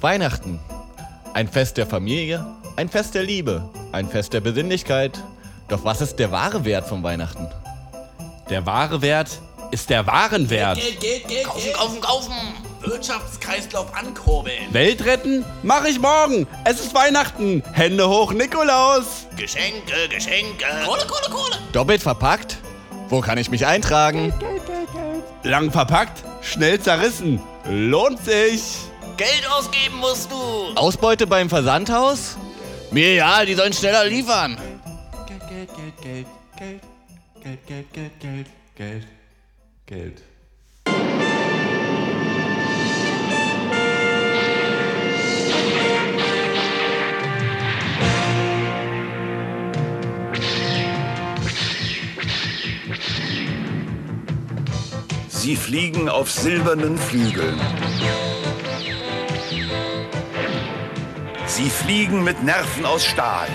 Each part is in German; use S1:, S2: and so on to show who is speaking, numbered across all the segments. S1: Weihnachten. Ein Fest der Familie, ein Fest der Liebe, ein Fest der Besinnlichkeit. Doch was ist der wahre Wert von Weihnachten?
S2: Der wahre Wert ist der Warenwert.
S3: Geld, Geld, Geld, Geld.
S4: Kaufen, kaufen!
S3: Wirtschaftskreislauf ankurbeln.
S2: Welt retten? Mach ich morgen. Es ist Weihnachten. Hände hoch, Nikolaus.
S4: Geschenke, Geschenke!
S3: Kohle, Kohle, Kohle.
S1: Doppelt verpackt? Wo kann ich mich eintragen?
S2: Lang verpackt, schnell zerrissen. Lohnt sich.
S4: Geld ausgeben musst du!
S1: Ausbeute beim Versandhaus?
S4: Mir ja, die sollen schneller liefern!
S5: Geld, Geld, Geld, Geld, Geld, Geld, Geld, Geld, Geld, Geld, Geld.
S6: Sie fliegen auf silbernen Flügeln. Sie fliegen mit Nerven aus Stahl,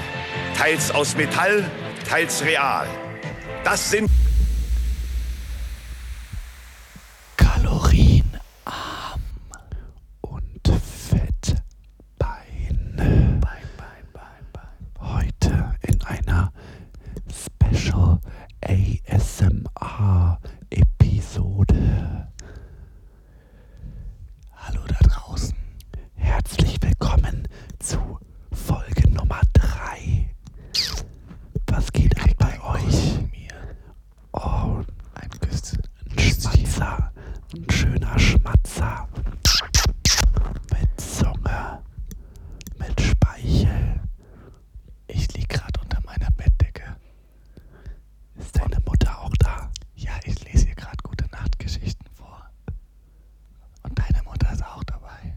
S6: teils aus Metall, teils real. Das sind
S2: Kalorienarm und Fettbein. Heute in einer Special ASMR Episode. Hallo da draußen. Herzlich willkommen zu Folge Nummer 3. Was geht ab bei euch? Oh, ein Küsschen. Ein Schmatzer. Ein schöner Schmatzer. Mit Zunge. Mit Speichel. Ich lieg gerade unter meiner Bettdecke. Ist deine Mutter auch da? Ja, ich lese ihr gerade gute Nachtgeschichten vor. Und deine Mutter ist auch dabei.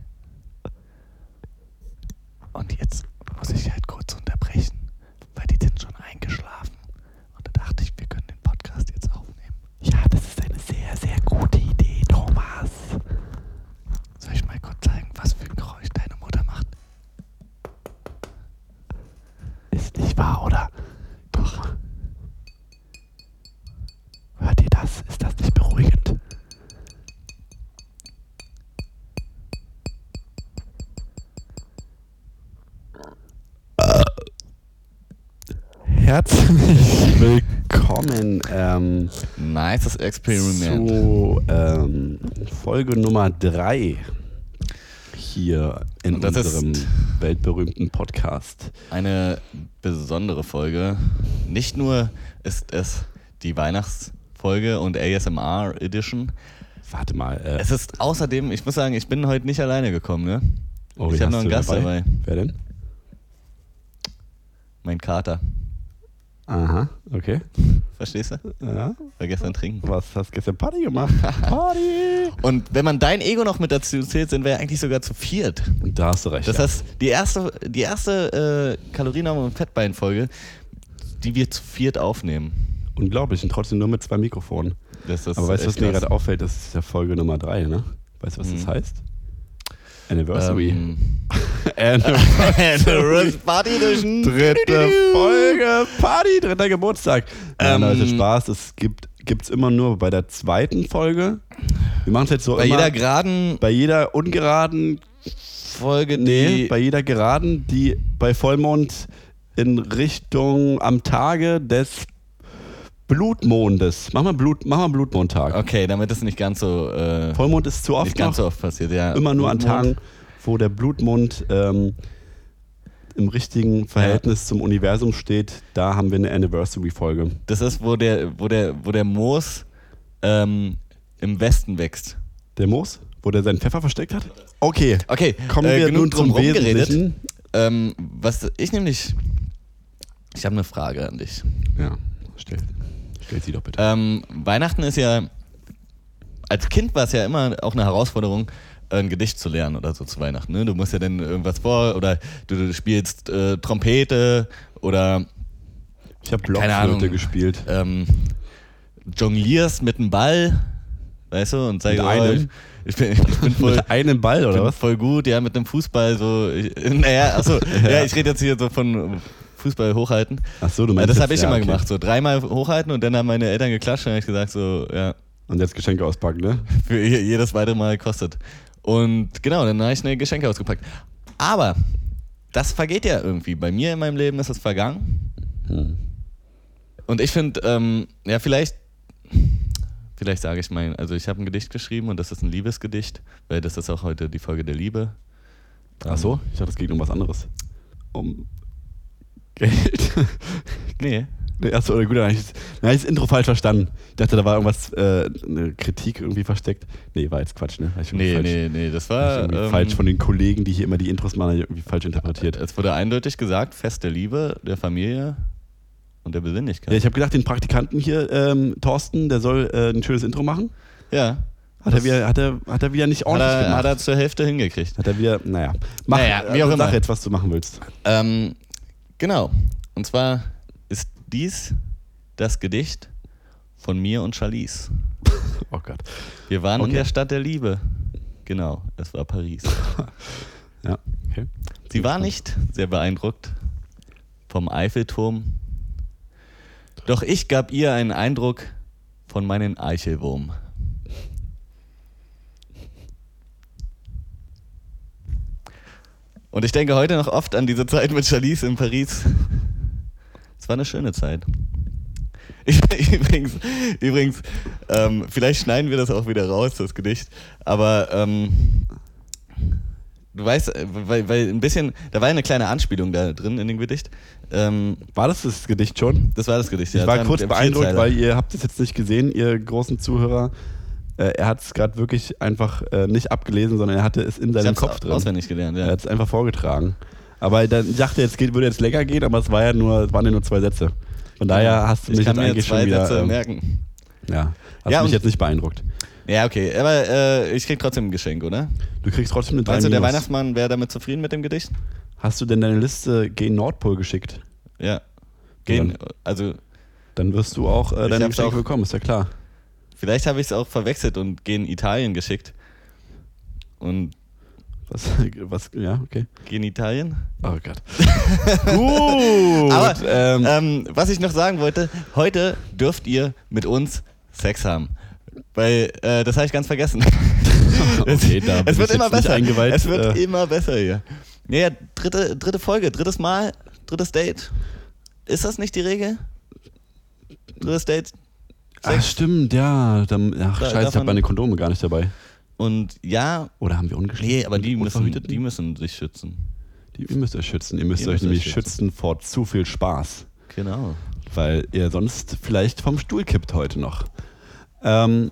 S2: Und jetzt muss ich halt kurz unterbrechen, weil die sind schon eingeschlafen. Und da dachte ich, wir können den Podcast jetzt aufnehmen. Ja, das ist eine sehr, sehr gute Idee, Thomas. Soll ich mal kurz zeigen, was für ein Geräusch deine Mutter macht? Ist nicht wahr, oder? Doch. Hört ihr das? Ist das nicht beruhigend? Herzlich willkommen ähm,
S1: Nices Experiment.
S2: zu ähm, Folge Nummer 3 hier in
S1: Und das ist-
S2: unserem weltberühmten Podcast.
S1: Eine besondere Folge. Nicht nur ist es die Weihnachtsfolge und ASMR Edition.
S2: Warte mal. Äh,
S1: Es ist außerdem, ich muss sagen, ich bin heute nicht alleine gekommen, ne?
S2: Ori,
S1: ich hab
S2: Oh, hast
S1: noch einen
S2: du
S1: Gast dabei.
S2: Wer denn?
S1: Mein Kater.
S2: Aha, okay.
S1: Verstehst du?
S2: Ja.
S1: War gestern trinken.
S2: Was hast gestern Party gemacht? Party!
S1: Und wenn man dein Ego noch mit dazu zählt, sind wir ja eigentlich sogar zu viert.
S2: Da hast du recht.
S1: Das
S2: ja.
S1: heißt, die erste, die erste äh, Kalorienarme und Fettbeinfolge, die wir zu viert aufnehmen.
S2: Unglaublich und trotzdem nur mit zwei Mikrofonen.
S1: Das ist
S2: Aber weißt du, was
S1: echt
S2: mir
S1: krass.
S2: gerade auffällt? Das ist ja Folge Nummer 3, ne? Weißt du, was das heißt? Anniversary.
S1: Ähm,
S2: Anniversary.
S1: Rose Party Edition.
S2: Dritte Folge Party, dritter Geburtstag.
S1: Ähm,
S2: Ähm, Leute, Spaß, es gibt gibt's immer nur bei der zweiten Folge. Wir machen es jetzt so
S1: Bei
S2: immer
S1: jeder geraden
S2: bei jeder ungeraden,
S1: Folge,
S2: nee,
S1: die
S2: bei jeder geraden, die bei Vollmond in Richtung am Tage des Blutmondes. Mach mal Blut, mach mal Blutmondtag.
S1: Okay, damit es nicht ganz so äh,
S2: Vollmond ist zu oft
S1: nicht ganz
S2: noch,
S1: so oft passiert, ja. Mhm.
S2: immer nur an Tagen,
S1: Blutmond.
S2: wo der Blutmond ähm, im richtigen Verhältnis zum Universum steht. Da haben wir eine Anniversary-Folge.
S1: Das ist, wo der, wo der, wo der Moos ähm, im Westen wächst.
S2: Der Moos, wo der seinen Pfeffer versteckt hat? Okay.
S1: Okay,
S2: Kommen
S1: äh,
S2: wir
S1: genug
S2: nun zum
S1: drum rumgeredet.
S2: Wesentlichen.
S1: Ähm, was ich nämlich, ich habe eine Frage an dich.
S2: Ja, stell, stell sie doch bitte.
S1: Ähm, Weihnachten ist ja, als Kind war es ja immer auch eine Herausforderung, ein Gedicht zu lernen oder so zu Weihnachten. Ne? Du musst ja dann irgendwas vor oder du, du spielst äh, Trompete oder
S2: ich habe
S1: keine Ahnung.
S2: Blockflöte gespielt.
S1: ähm, jonglierst mit einem Ball, weißt du, und
S2: Mit
S1: zeigst, oh, ich,
S2: einem?
S1: ich bin, ich bin voll...
S2: Mit einem Ball
S1: Ich
S2: oder
S1: bin
S2: was?
S1: Voll gut, ja, mit einem Fußball so. Ich, naja, achso, ja. ich rede jetzt hier so von Fußball hochhalten.
S2: Ach so, du
S1: Ja,
S2: meinst
S1: das
S2: jetzt-
S1: habe ich
S2: ja,
S1: immer
S2: okay.
S1: gemacht, so dreimal hochhalten und dann haben meine Eltern geklatscht und habe ich gesagt so, ja,
S2: Und jetzt Geschenke auspacken, ne?
S1: für je- jedes weitere Mal kostet. Und genau, dann habe ich eine Geschenke ausgepackt. Aber das vergeht ja irgendwie. Bei mir in meinem Leben ist es vergangen.
S2: Hm.
S1: Und ich finde, ähm, ja, vielleicht, vielleicht sage ich mein, also ich habe ein Gedicht geschrieben und das ist ein Liebesgedicht, weil das ist auch heute die Folge der Liebe.
S2: Ach so, ich dachte, es ging um was anderes. Um
S1: Geld? Ähm, nee.
S2: Nee, achso, oder gut, dann habe ich, das- dann hab ich das Intro falsch verstanden. Ich dachte, da war irgendwas, äh, eine Kritik irgendwie versteckt. Nee, war jetzt Quatsch, ne? Hab ich irgendwie
S1: Nee,
S2: falsch,
S1: nee, nee, das
S2: hab ich
S1: war.
S2: irgendwie
S1: ähm, Äh,
S2: falsch von den Kollegen, die hier immer die Intros machen, hab ich irgendwie falsch interpretiert.
S1: Es wurde eindeutig gesagt: Fest der Liebe, der Familie und der Besinnlichkeit.
S2: ja, ich habe gedacht, den Praktikanten hier, ähm, Thorsten, der soll äh, ein schönes Intro machen.
S1: ja.
S2: Hat er, wieder, hat, er, hat er wieder nicht
S1: Hat
S2: ordentlich
S1: er,
S2: gemacht.
S1: hat er zur Hälfte hingekriegt.
S2: Hat er wieder, naja. Mach,
S1: Naja, wie auch
S2: äh, sag
S1: immer.
S2: jetzt, was du machen willst.
S1: Ähm, genau. Und zwar ist dies das Gedicht von mir und Charlize.
S2: Oh Gott.
S1: Wir waren in
S2: Okay.
S1: der Stadt der Liebe. Genau, es war Paris.
S2: Ja, okay.
S1: Sie war nicht sehr beeindruckt vom Eiffelturm. Doch ich gab ihr einen Eindruck von meinen Eichelwurm. Und ich denke heute noch oft an diese Zeit mit Charlize in Paris. Es war eine schöne Zeit. Übrigens, übrigens ähm, vielleicht schneiden wir das auch wieder raus, das Gedicht. Aber ähm, du weißt, äh, weil, weil ein bisschen, da war eine kleine Anspielung da drin in dem Gedicht. Ähm,
S2: War das das Gedicht schon?
S1: das war das Gedicht.
S2: Ich
S1: ja.
S2: war
S1: Dann-
S2: kurz
S1: der
S2: beeindruckt,
S1: Vierzeiler.
S2: weil ihr habt es jetzt nicht gesehen, ihr großen Zuhörer. Äh, er hat es gerade wirklich einfach äh, nicht abgelesen, sondern er hatte es in
S1: ich
S2: seinem
S1: hab's
S2: Kopf
S1: au-
S2: drin.
S1: auswendig gelernt.
S2: Er
S1: Ja.
S2: hat es einfach vorgetragen. Aber dann ich dachte jetzt geht, würde jetzt länger gehen, aber es war ja nur, es waren ja nur zwei Sätze. Von daher hast du mich
S1: ich kann
S2: jetzt
S1: mir
S2: eigentlich
S1: zwei
S2: schon wieder.
S1: Sätze
S2: ähm,
S1: merken.
S2: ja, hast
S1: Ja,
S2: mich
S1: und-
S2: jetzt nicht beeindruckt.
S1: Ja, okay. Aber äh, ich krieg trotzdem ein Geschenk, oder?
S2: Du kriegst trotzdem eine 3
S1: Also der
S2: Minus.
S1: Weihnachtsmann wäre damit zufrieden mit dem Gedicht?
S2: Hast du denn deine Liste gegen Nordpol geschickt?
S1: Ja. Gehen,
S2: Dann-
S1: also
S2: Dann wirst du auch äh,
S1: Ich
S2: deine
S1: hab's
S2: Geschenke
S1: auch.
S2: bekommen, ist ja klar.
S1: Vielleicht habe ich es auch verwechselt und gen Italien geschickt. Und
S2: Was, was, ja, okay.
S1: gen Italien?
S2: Oh Gott. Gut.
S1: Aber
S2: ähm,
S1: ähm, was ich noch sagen wollte, heute dürft ihr mit uns Sex haben. Weil, äh, das habe ich ganz vergessen.
S2: Okay, da bin
S1: es wird
S2: ich
S1: immer
S2: jetzt nicht
S1: besser.
S2: eingeweiht.
S1: Es wird
S2: Äh.
S1: immer besser hier. Naja, dritte, dritte Folge, drittes Mal, drittes Date. Ist das nicht die Regel? Drittes Date.
S2: ach, stimmt, ja. Dann, ach,
S1: Da-
S2: scheiße, ich habe
S1: davon-
S2: meine Kondome gar nicht dabei.
S1: Und ja,
S2: Oder haben wir ungeschützt?
S1: nee, aber die müssen,
S2: Unverhüteten?
S1: die müssen sich schützen.
S2: Die, ihr müsst euch schützen. Ihr müsst
S1: Ihr
S2: euch
S1: müsst euch
S2: nämlich
S1: schützen.
S2: schützen vor zu viel Spaß,
S1: Genau.
S2: weil ihr sonst vielleicht vom Stuhl kippt heute noch. Ähm,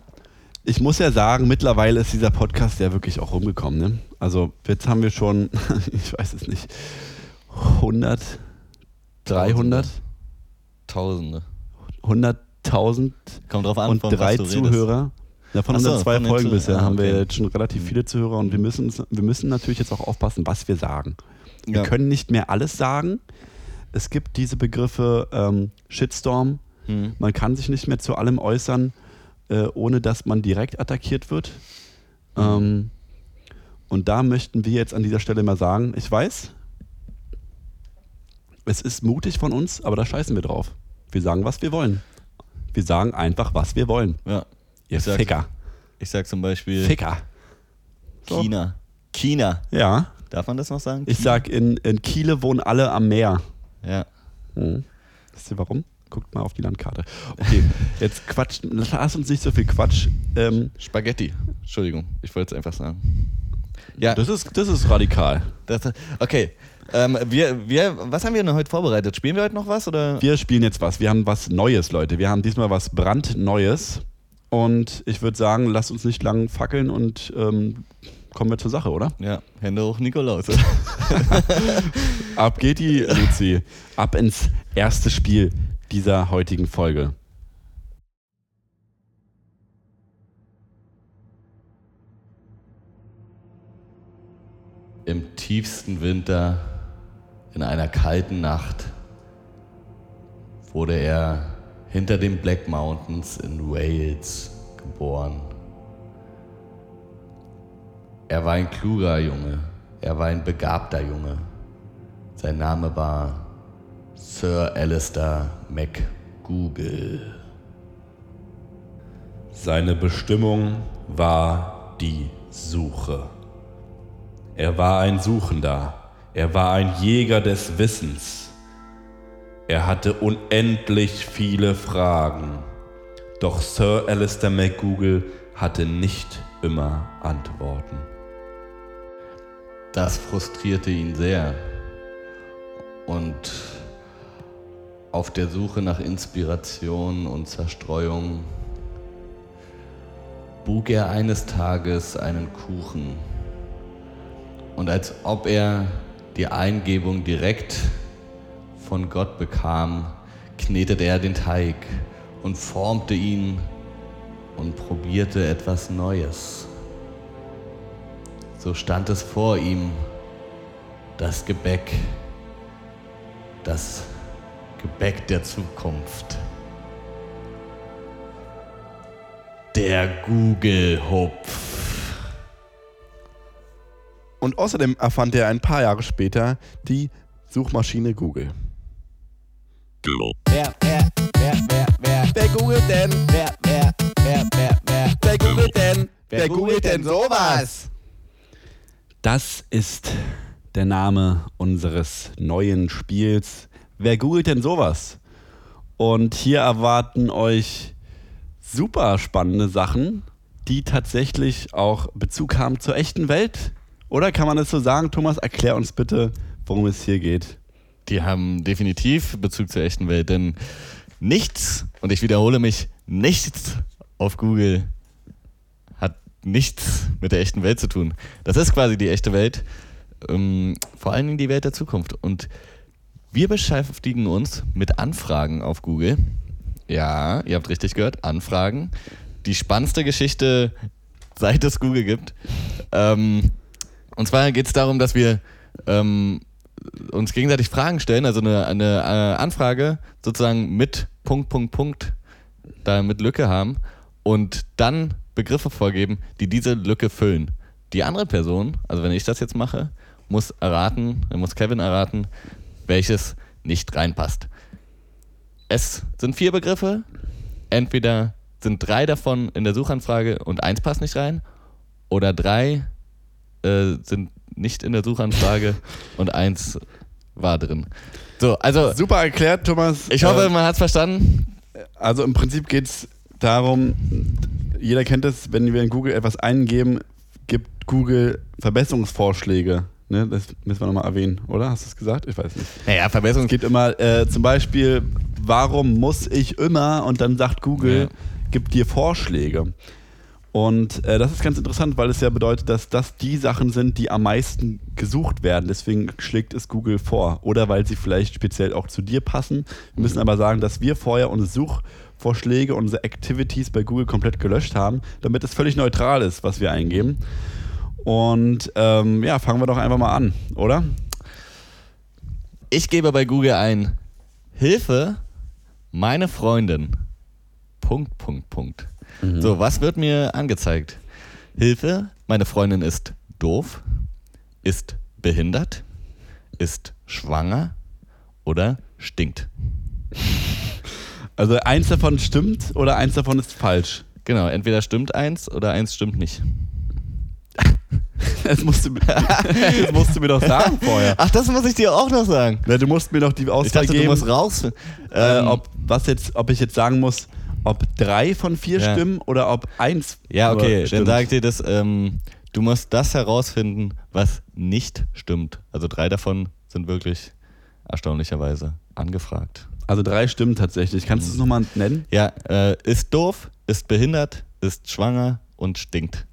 S2: ich muss ja sagen, mittlerweile ist dieser Podcast ja wirklich auch rumgekommen. Ne? Also jetzt haben wir schon, ich weiß es nicht, 100, 300,
S1: Tausende.
S2: 100.000
S1: Kommt drauf an,
S2: und
S1: von
S2: drei
S1: was du redest.
S2: Zuhörer. Ja, von
S1: Ach so,
S2: unseren zwei
S1: von den
S2: Folgen
S1: Zuh-
S2: bisher
S1: ah,
S2: haben wir
S1: okay.
S2: jetzt schon relativ viele Zuhörer und wir müssen, uns- wir müssen natürlich jetzt auch aufpassen, was wir sagen. Wir
S1: Ja.
S2: können nicht mehr alles sagen. Es gibt diese Begriffe ähm, Shitstorm.
S1: Hm.
S2: Man kann sich nicht mehr zu allem äußern, äh, ohne dass man direkt attackiert wird.
S1: Hm.
S2: Ähm, und da möchten wir jetzt an dieser Stelle mal sagen, ich weiß, es ist mutig von uns, aber da scheißen wir drauf. Wir sagen, was wir wollen. Wir sagen einfach, was wir wollen.
S1: Ja.
S2: Ihr
S1: Ich sag-
S2: Ficker.
S1: Ich sag zum Beispiel
S2: Ficker. So.
S1: China. China.
S2: Ja.
S1: Darf man das noch sagen?
S2: Ich sag, in, in Kiele wohnen alle am Meer.
S1: ja.
S2: Mhm. Wisst ihr warum? Guckt mal auf die Landkarte. Okay, jetzt Quatsch, lass uns nicht so viel Quatsch. Ähm,
S1: Spaghetti. Entschuldigung, ich wollte es einfach sagen. Ja,
S2: das, ist, das ist radikal.
S1: das, okay. Ähm, wir, wir, was haben wir denn heute vorbereitet? Spielen wir heute noch was? Oder?
S2: Wir spielen jetzt was. Wir haben was Neues, Leute. Wir haben diesmal was brandneues. Und ich würde sagen, lasst uns nicht lang fackeln und ähm, kommen wir zur Sache, oder?
S1: Ja, Hände hoch, Nikolaus.
S2: Ab geht die, Luzi. Ab ins erste Spiel dieser heutigen Folge.
S1: Im tiefsten Winter, in einer kalten Nacht, wurde er hinter den Black Mountains in Wales geboren. Er war ein kluger Junge, er war ein begabter Junge. Sein Name war Sir Alistair McGoogle.
S7: Seine Bestimmung war die Suche. Er war ein Suchender, er war ein Jäger des Wissens. Er hatte unendlich viele Fragen. Doch Sir Alistair McGoogle hatte nicht immer Antworten.
S1: Das frustrierte ihn sehr. Und auf der Suche nach Inspiration und Zerstreuung bug er eines Tages einen Kuchen. Und als ob er die Eingebung direkt von Gott bekam, knetete er den Teig und formte ihn und probierte etwas Neues. So stand es vor ihm, das Gebäck, das Gebäck der Zukunft. Der Google-Hupf.
S8: Und außerdem erfand er ein paar Jahre später die Suchmaschine Google.
S9: Wer, wer, wer, wer, wer,
S8: Wer googelt denn?
S9: wer, wer, wer, wer, wer.
S8: Wer googelt denn? Wer, googelt denn sowas?
S2: Das ist der Name unseres neuen Spiels. Wer googelt denn sowas? Und hier erwarten euch super spannende Sachen, die tatsächlich auch Bezug haben zur echten Welt. Oder kann man das so sagen? Thomas, erklär uns bitte, worum es hier geht.
S1: Die haben definitiv Bezug zur echten Welt, denn nichts, und ich wiederhole mich, nichts auf Google hat nichts mit der echten Welt zu tun. Das ist quasi die echte Welt, ähm, vor allen Dingen die Welt der Zukunft. Und wir beschäftigen uns mit Anfragen auf Google. Ja, ihr habt richtig gehört, Anfragen. Die spannendste Geschichte, seit es Google gibt. Ähm, und zwar geht es darum, dass wir ähm, uns gegenseitig Fragen stellen, also eine, eine äh, Anfrage sozusagen mit Punkt, Punkt, Punkt, da mit Lücke haben und dann Begriffe vorgeben, die diese Lücke füllen. Die andere Person, also wenn ich das jetzt mache, muss erraten, dann muss Kevin erraten, welches nicht reinpasst. Es sind vier Begriffe, entweder sind drei davon in der Suchanfrage und eins passt nicht rein, oder drei äh, sind nicht in der Suchanfrage und eins war drin. So, also
S8: Super erklärt, Thomas.
S1: ich hoffe, man hat es verstanden.
S2: Ähm, Also im Prinzip geht es darum, jeder kennt es, wenn wir in Google etwas eingeben, gibt Google Verbesserungsvorschläge. Ne, das müssen wir nochmal erwähnen, oder? Hast du es gesagt? Ich weiß nicht.
S1: Naja,
S2: Es
S1: Verbesserung.
S2: geht immer äh, zum Beispiel, warum muss ich immer? Und dann sagt Google,
S1: Ja.
S2: gibt dir Vorschläge. Und äh, das ist ganz interessant, weil es ja bedeutet, dass das die Sachen sind, die am meisten gesucht werden. Deswegen schlägt es Google vor. Oder weil sie vielleicht speziell auch zu dir passen. Wir müssen aber sagen, dass wir vorher unsere Suchvorschläge, unsere Activities bei Google komplett gelöscht haben, damit es völlig neutral ist, was wir eingeben. Und ähm, ja, fangen wir doch einfach mal an, oder?
S1: Ich gebe bei Google ein Hilfe, meine Freundin. Punkt, Punkt, Punkt. So, was wird mir angezeigt? Hilfe, meine Freundin ist doof, ist behindert, ist schwanger oder stinkt.
S2: Also eins davon stimmt oder eins davon ist falsch.
S1: Genau, entweder stimmt eins oder eins stimmt nicht.
S2: Das musst du, mir- das musst du mir doch sagen Ah, vorher.
S1: Ach, das muss ich dir auch noch sagen.
S2: Na, du musst mir doch die Auswahl
S1: Ich dachte,
S2: geben,
S1: du musst raus.
S2: äh,
S1: Ähm,
S2: ob, was jetzt, ob ich jetzt sagen muss, ob drei von vier
S1: Ja.
S2: stimmen oder ob eins
S1: Ja,
S2: nur
S1: okay, dann
S2: stimmt.
S1: sag ich dir das, ähm, du musst das herausfinden, was nicht stimmt. Also drei davon sind wirklich erstaunlicherweise angefragt.
S2: Also drei stimmen tatsächlich. Kannst
S1: Hm.
S2: du es nochmal nennen?
S1: Ja, äh, ist doof, ist behindert, ist schwanger und stinkt.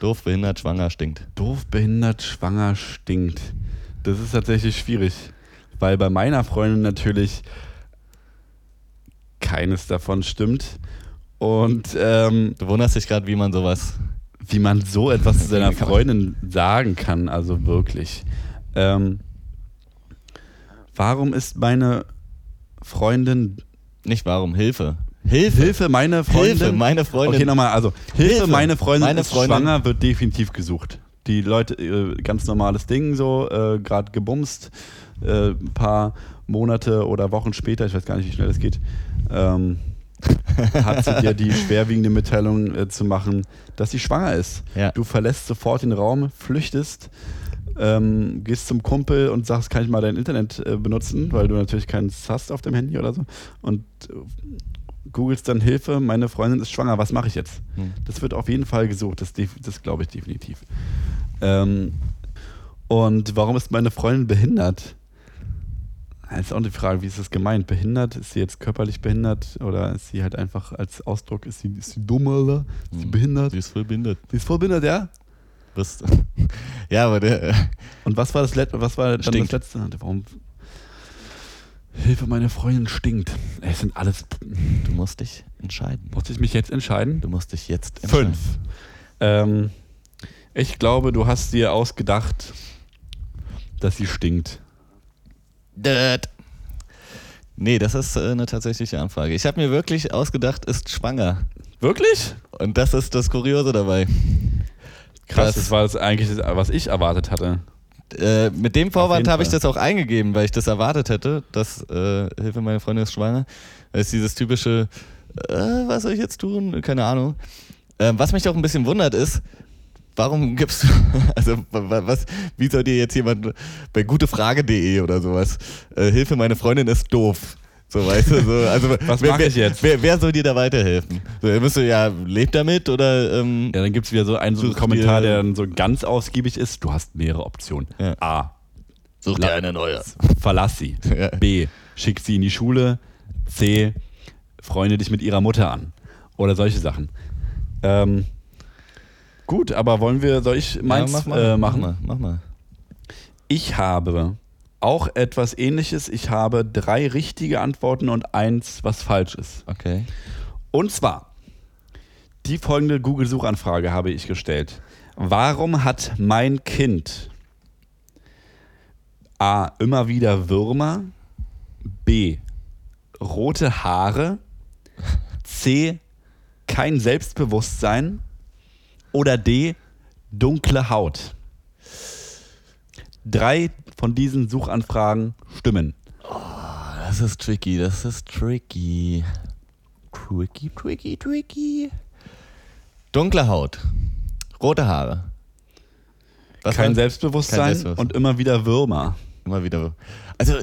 S1: Doof, behindert, schwanger, stinkt.
S2: Doof, behindert, schwanger, stinkt. Das ist tatsächlich schwierig, weil bei meiner Freundin natürlich keines davon stimmt. Und ähm,
S1: Du wunderst dich gerade, wie man sowas.
S2: wie man so etwas zu seiner Freundin sagen kann, also wirklich. Ähm, warum ist meine Freundin
S1: Nicht warum, Hilfe. Hilfe!
S2: Hilfe meine Freundin?
S1: Hilfe, meine Freundin.
S2: Okay, nochmal, also Hilfe,
S1: Hilfe,
S2: meine Freundin
S1: meine
S2: ist
S1: Freundin.
S2: schwanger, wird definitiv gesucht. Die Leute, äh, ganz normales Ding so, äh, gerade gebumst, äh, ein paar Monate oder Wochen später, ich weiß gar nicht, wie schnell das geht. Ähm, hat sie dir die schwerwiegende Mitteilung äh, zu machen, dass sie schwanger ist.
S1: Ja.
S2: Du verlässt sofort den Raum, flüchtest, ähm, gehst zum Kumpel und sagst, kann ich mal dein Internet äh, benutzen, weil du natürlich keins hast auf dem Handy oder so. Und äh, googelst dann Hilfe, meine Freundin ist schwanger, was mache ich jetzt? Das wird auf jeden Fall gesucht, das, def- das glaube ich definitiv. Ähm, und warum ist meine Freundin behindert? Das ist auch die Frage, wie ist das gemeint? Behindert? Ist sie jetzt körperlich behindert? Oder ist sie halt einfach als Ausdruck, ist sie, ist sie dumm oder? Ist sie behindert?
S1: Sie ist voll behindert.
S2: Sie ist voll behindert, ja?
S1: Bist. Ja, aber der. äh,
S2: Und was war das letzte? Was war dann
S1: Stinkt.
S2: das letzte? Warum? Hilfe, meine Freundin stinkt. Ey, Es sind alles.
S1: Du musst dich entscheiden.
S2: Muss ich mich jetzt entscheiden?
S1: Du musst dich jetzt entscheiden.
S2: Fünf. Ähm, ich glaube, du hast dir ausgedacht, dass sie stinkt.
S1: Död. Nee, das ist äh, eine tatsächliche Anfrage. Ich habe mir wirklich ausgedacht, ist schwanger.
S2: Wirklich?
S1: Und das ist das Kuriose dabei. Krass.
S2: Krass, das war das eigentlich, das, was ich erwartet hatte.
S1: Äh, mit dem
S2: jeden
S1: Vorwand habe ich
S2: Fall.
S1: das auch eingegeben, weil ich das erwartet hätte, dass äh, Hilfe, meine Freundin ist schwanger. Das ist dieses typische, äh, was soll ich jetzt tun? Keine Ahnung. Ähm, was mich auch ein bisschen wundert ist, warum gibst du, also wa- wa- was, wie soll dir jetzt jemand bei gutefrage.de oder sowas, äh, Hilfe, meine Freundin ist doof. So, weißt du, so, also
S2: Was mach
S1: wer,
S2: ich jetzt?
S1: Wer, wer soll dir da weiterhelfen? So, dann bist du ja, lebt damit oder ähm,
S2: Ja, dann gibt es wieder so einen, so einen
S1: Such
S2: Kommentar,
S1: dir-
S2: der dann so ganz ausgiebig ist. Du hast mehrere Optionen.
S1: Ja.
S2: A.
S1: such dir eine neue.
S2: Verlass sie.
S1: Ja.
S2: B. Schick sie in die Schule. C. Freunde dich mit ihrer Mutter an. Oder solche Sachen. Ähm, gut, aber wollen wir, soll ich meins
S1: Ja, mach
S2: äh,
S1: mal,
S2: machen?
S1: Mach mal, mach mal.
S2: Ich habe auch etwas ähnliches. Ich habe drei richtige Antworten und eins, was falsch ist.
S1: Okay.
S2: Und zwar, die folgende Google-Suchanfrage habe ich gestellt. Warum hat mein Kind A. immer wieder Würmer, B. rote Haare, C. kein Selbstbewusstsein oder D. dunkle Haut? Drei von diesen Suchanfragen stimmen.
S1: Das ist tricky, das ist tricky. Tricky, tricky, tricky. Dunkle Haut, rote Haare. Was
S2: Kein
S1: war-
S2: Selbstbewusstsein,
S1: Kein Selbstbewusstsein.
S2: und immer wieder Würmer.
S1: Immer wieder. Also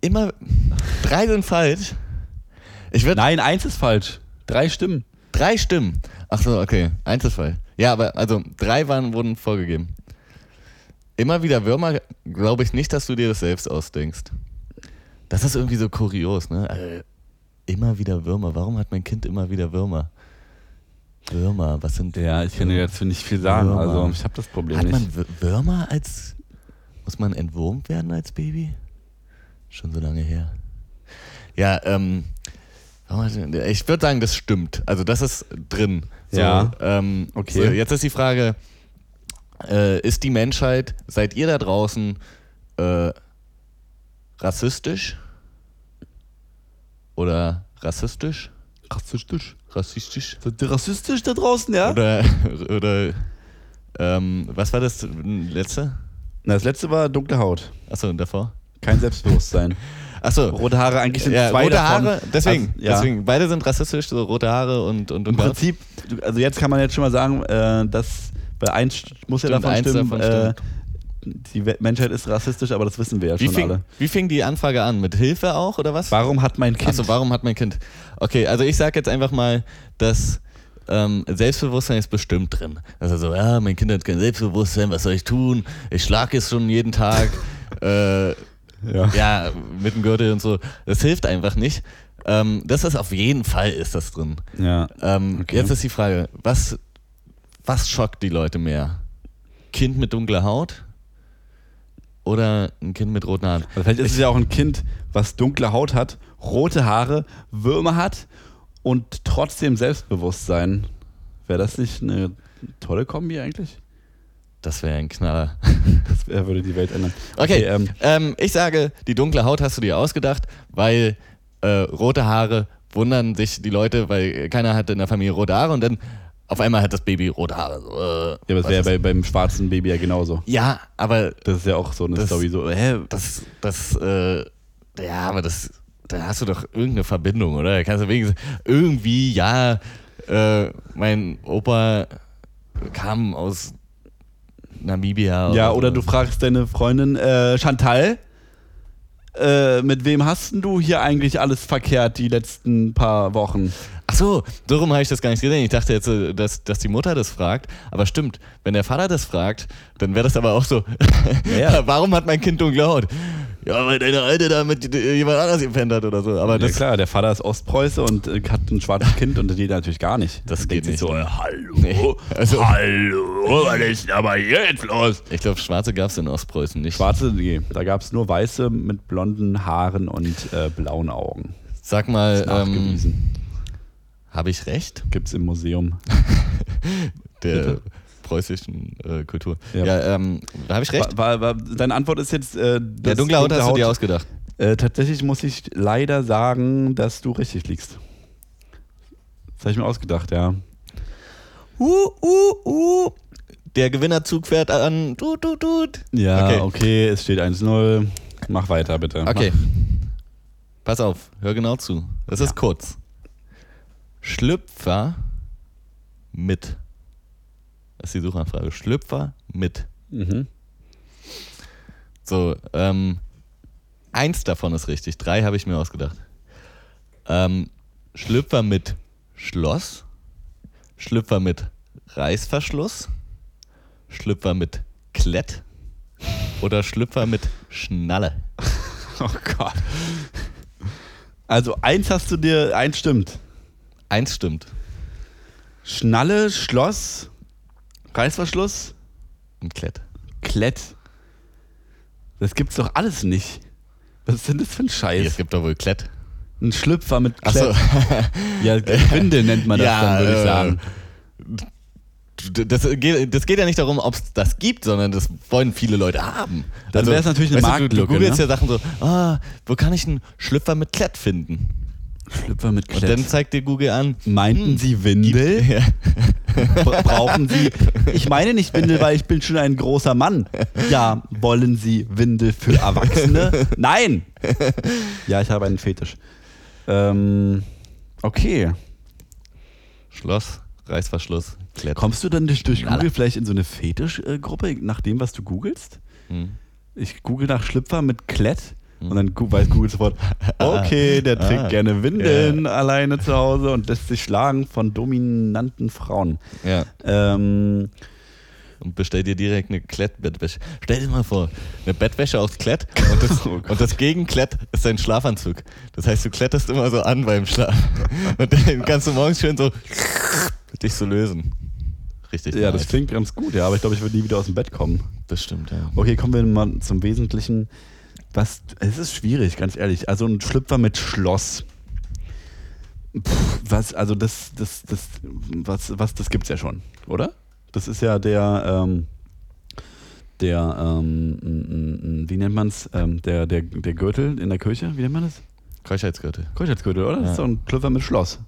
S1: immer drei sind falsch. Ich würde
S2: Nein, eins ist falsch. Drei stimmen.
S1: drei stimmen. Ach so, okay, Einzelfall. Ja, aber also drei waren wurden vorgegeben. Immer wieder Würmer, glaube ich nicht, dass du dir das selbst ausdenkst. Das ist irgendwie so kurios, ne? Also, immer wieder Würmer. Warum hat mein Kind immer wieder Würmer? Würmer, was sind
S2: Ja, ich kann dir dazu nicht viel sagen.
S1: Ja,
S2: also
S1: Mann.
S2: ich habe das Problem
S1: Hat
S2: nicht.
S1: man Wür- Würmer als. Muss man entwurmt werden als Baby? Schon so lange her. Ja, ähm. warum hat denn- Ich würde sagen, das stimmt. Also, das ist drin. So,
S2: Ja.
S1: Ähm,
S2: Okay.
S1: So, jetzt ist die Frage: äh, Ist die Menschheit, seid ihr da draußen äh, rassistisch? Oder rassistisch?
S2: rassistisch.
S1: Rassistisch?
S2: Sind die rassistisch da draußen, ja?
S1: Oder. oder ähm, was war das letzte?
S2: Na, das letzte war dunkle Haut.
S1: Achso, und davor?
S2: Kein Selbstbewusstsein.
S1: Achso.
S2: Rote Haare eigentlich sind
S1: Ja,
S2: zwei
S1: rote
S2: davon.
S1: Haare, deswegen,
S2: Also, ja.
S1: deswegen. Beide sind rassistisch, so rote Haare und und,
S2: Im
S1: und
S2: Prinzip, du- also jetzt kann man jetzt schon mal sagen, äh, dass bei eins st- muss ja
S1: Stimmt,
S2: davon
S1: eins
S2: stimmen,
S1: davon
S2: äh, die We- Menschheit ist rassistisch, aber das wissen wir ja
S1: Wie
S2: schon
S1: fing,
S2: alle.
S1: wie fing die Anfrage an? Mit Hilfe auch oder was?
S2: Warum hat mein Kind
S1: Achso, warum hat mein Kind? Okay, also ich sage jetzt einfach mal, dass ähm, Selbstbewusstsein ist bestimmt drin. Also so, ja, mein Kind hat kein Selbstbewusstsein, was soll ich tun? Ich schlage es schon jeden Tag. äh,
S2: Ja.
S1: ja. mit dem Gürtel und so. Das hilft einfach nicht. Ähm, das ist auf jeden Fall ist das drin.
S2: ja.
S1: Ähm,
S2: Okay.
S1: Jetzt ist die Frage, was, was schockt die Leute mehr? Kind mit dunkler Haut oder ein Kind mit roten Haaren?
S2: Also vielleicht ist es ja auch ein Kind, was dunkle Haut hat, rote Haare, Würmer hat und trotzdem Selbstbewusstsein. Wäre das nicht eine tolle Kombi eigentlich?
S1: Das wäre ein Knaller.
S2: Das wär, würde die Welt ändern.
S1: Okay,
S2: ähm,
S1: ähm, ich sage, die dunkle Haut hast du dir ausgedacht, weil äh, rote Haare wundern sich die Leute, weil keiner hatte in der Familie rote Haare und dann auf einmal hat das Baby rote Haare. So, äh,
S2: ja, aber das
S1: was
S2: wäre
S1: ist-
S2: bei, beim schwarzen Baby ja genauso.
S1: ja, aber
S2: Das ist ja auch so eine
S1: Das-
S2: Story. So, hä?
S1: das, das, äh, ja, aber das da hast du doch irgendeine Verbindung, oder? Da kannst du wenigstens irgendwie, ja, äh, mein Opa kam aus Namibia.
S2: Ja, oder
S1: so.
S2: du fragst deine Freundin, äh, Chantal, äh, mit wem hast denn du hier eigentlich alles verkehrt die letzten paar Wochen?
S1: Ach so, so rum habe ich das gar nicht gesehen. Ich dachte jetzt, äh, dass, dass die Mutter das fragt. Aber stimmt, wenn der Vater das fragt, dann wäre das aber auch so.
S2: ja.
S1: Warum hat mein Kind dunkle Haut? Ja, weil deine Alte da mit äh, jemand anders gepennt hat oder so. Aber
S2: Ja
S1: das,
S2: klar, der Vater ist Ostpreuße und äh, hat ein schwarzes Kind und das geht natürlich gar nicht.
S1: das
S2: Dann
S1: geht
S2: denkt sich
S1: nicht.
S2: So,
S1: hallo, also,
S6: Hallo, was ist aber jetzt los?
S1: Ich glaube, Schwarze gab es in Ostpreußen nicht.
S2: Schwarze, nee, da gab es nur Weiße mit blonden Haaren und äh, blauen Augen.
S1: Sag mal, ähm,
S2: Nachgewiesen.
S1: habe ich recht?
S2: Gibt's im Museum.
S1: Der preußischen äh, Kultur.
S2: Ja.
S1: Ja, ähm, habe ich recht?
S2: War, war, deine Antwort ist jetzt.
S1: Der
S2: Äh, dass
S1: dunkle Haut hast du dir
S2: Haut-
S1: ausgedacht.
S2: Äh, tatsächlich muss ich leider sagen, dass du richtig liegst. Das habe ich mir ausgedacht, ja.
S1: Uh, uh, uh. Der Gewinnerzug fährt an. Tut, tut, tut.
S2: Ja, okay,
S1: Okay.
S2: es steht 1-0. Mach weiter, bitte.
S1: Okay. Pass auf, hör genau zu. Das ist kurz. Schlüpfer mit. Das ist die Suchanfrage. Schlüpfer mit.
S2: Mach. Mhm.
S1: So, ähm, eins davon ist richtig. Drei habe ich mir ausgedacht. Ähm, Schlüpfer mit Schloss. Schlüpfer mit Reißverschluss. Schlüpfer mit Klett. Oder Schlüpfer mit Schnalle.
S2: Oh Gott. Also, eins hast du dir, eins stimmt.
S1: Eins stimmt.
S2: Schnalle, Schloss, Reißverschluss,
S1: Und Klett.
S2: Klett. Das gibt's doch alles nicht. Was sind das für ein
S1: Nee,
S2: Scheiß?
S1: es gibt doch wohl Klett.
S2: Ein Schlüpfer mit
S1: Ach so.
S2: Klett. Ja, Windel nennt man das
S1: Ja,
S2: dann, würde ich
S1: äh,
S2: sagen.
S1: D- Das geht, das geht ja nicht darum, ob es das gibt, sondern das wollen viele Leute haben. Also,
S2: Dann wär's natürlich eine
S1: weißt Du,
S2: Marktlücke,
S1: du googelst
S2: ne?
S1: ja Sachen so, ah, wo kann ich einen Schlüpfer mit Klett finden?
S2: Schlüpfer mit
S1: Und dann hm, zeigt dir Google an.
S2: Meinten Sie Windel?
S1: Ja.
S2: Bra- Brauchen Sie. Ich meine nicht Windel, weil ich bin schon ein großer Mann. Ja, wollen Sie Windel für Erwachsene? Nein! Ja, ich habe einen Fetisch. Ähm, okay.
S1: Schloss, Reißverschluss, Klett.
S2: Kommst du dann durch, durch
S1: Lala.
S2: Google vielleicht in so eine Fetischgruppe, nach dem, was du googelst?
S1: Hm.
S2: Ich google nach Schlüpfer mit Klett und dann gu- weiß Google sofort, okay, der trägt
S1: Ah.
S2: gerne Windeln alleine zu Hause und lässt sich schlagen von dominanten Frauen.
S1: Ja.
S2: Ähm,
S1: Und bestell dir direkt eine Klett-Bettwäsche. Stell dir mal vor, eine Bettwäsche aus Klett und das,
S2: Oh
S1: und das Gegenklett ist dein Schlafanzug. Das heißt, du klettest immer so an beim Schlaf. Und dann kannst du morgens schön so dich so lösen. Richtig.
S2: Ja, das
S1: nice.
S2: klingt ganz gut, ja, aber ich glaube, ich würde nie wieder aus dem Bett kommen.
S1: Das stimmt, ja.
S2: Okay, kommen wir mal zum Wesentlichen. Was, es ist schwierig, ganz ehrlich. Also ein Schlüpfer mit Schloss. Pff, was, also das, das, das, was, was, das gibt's ja schon, oder? Das ist ja der, ähm, der, ähm, m- m- wie nennt man's, ähm, der, der, der Gürtel in der Kirche, wie nennt man das?
S1: Keuschheitsgürtel.
S2: Keuschheitsgürtel, oder? Das ist
S1: Ja.
S2: doch ein Schlüpfer mit Schloss,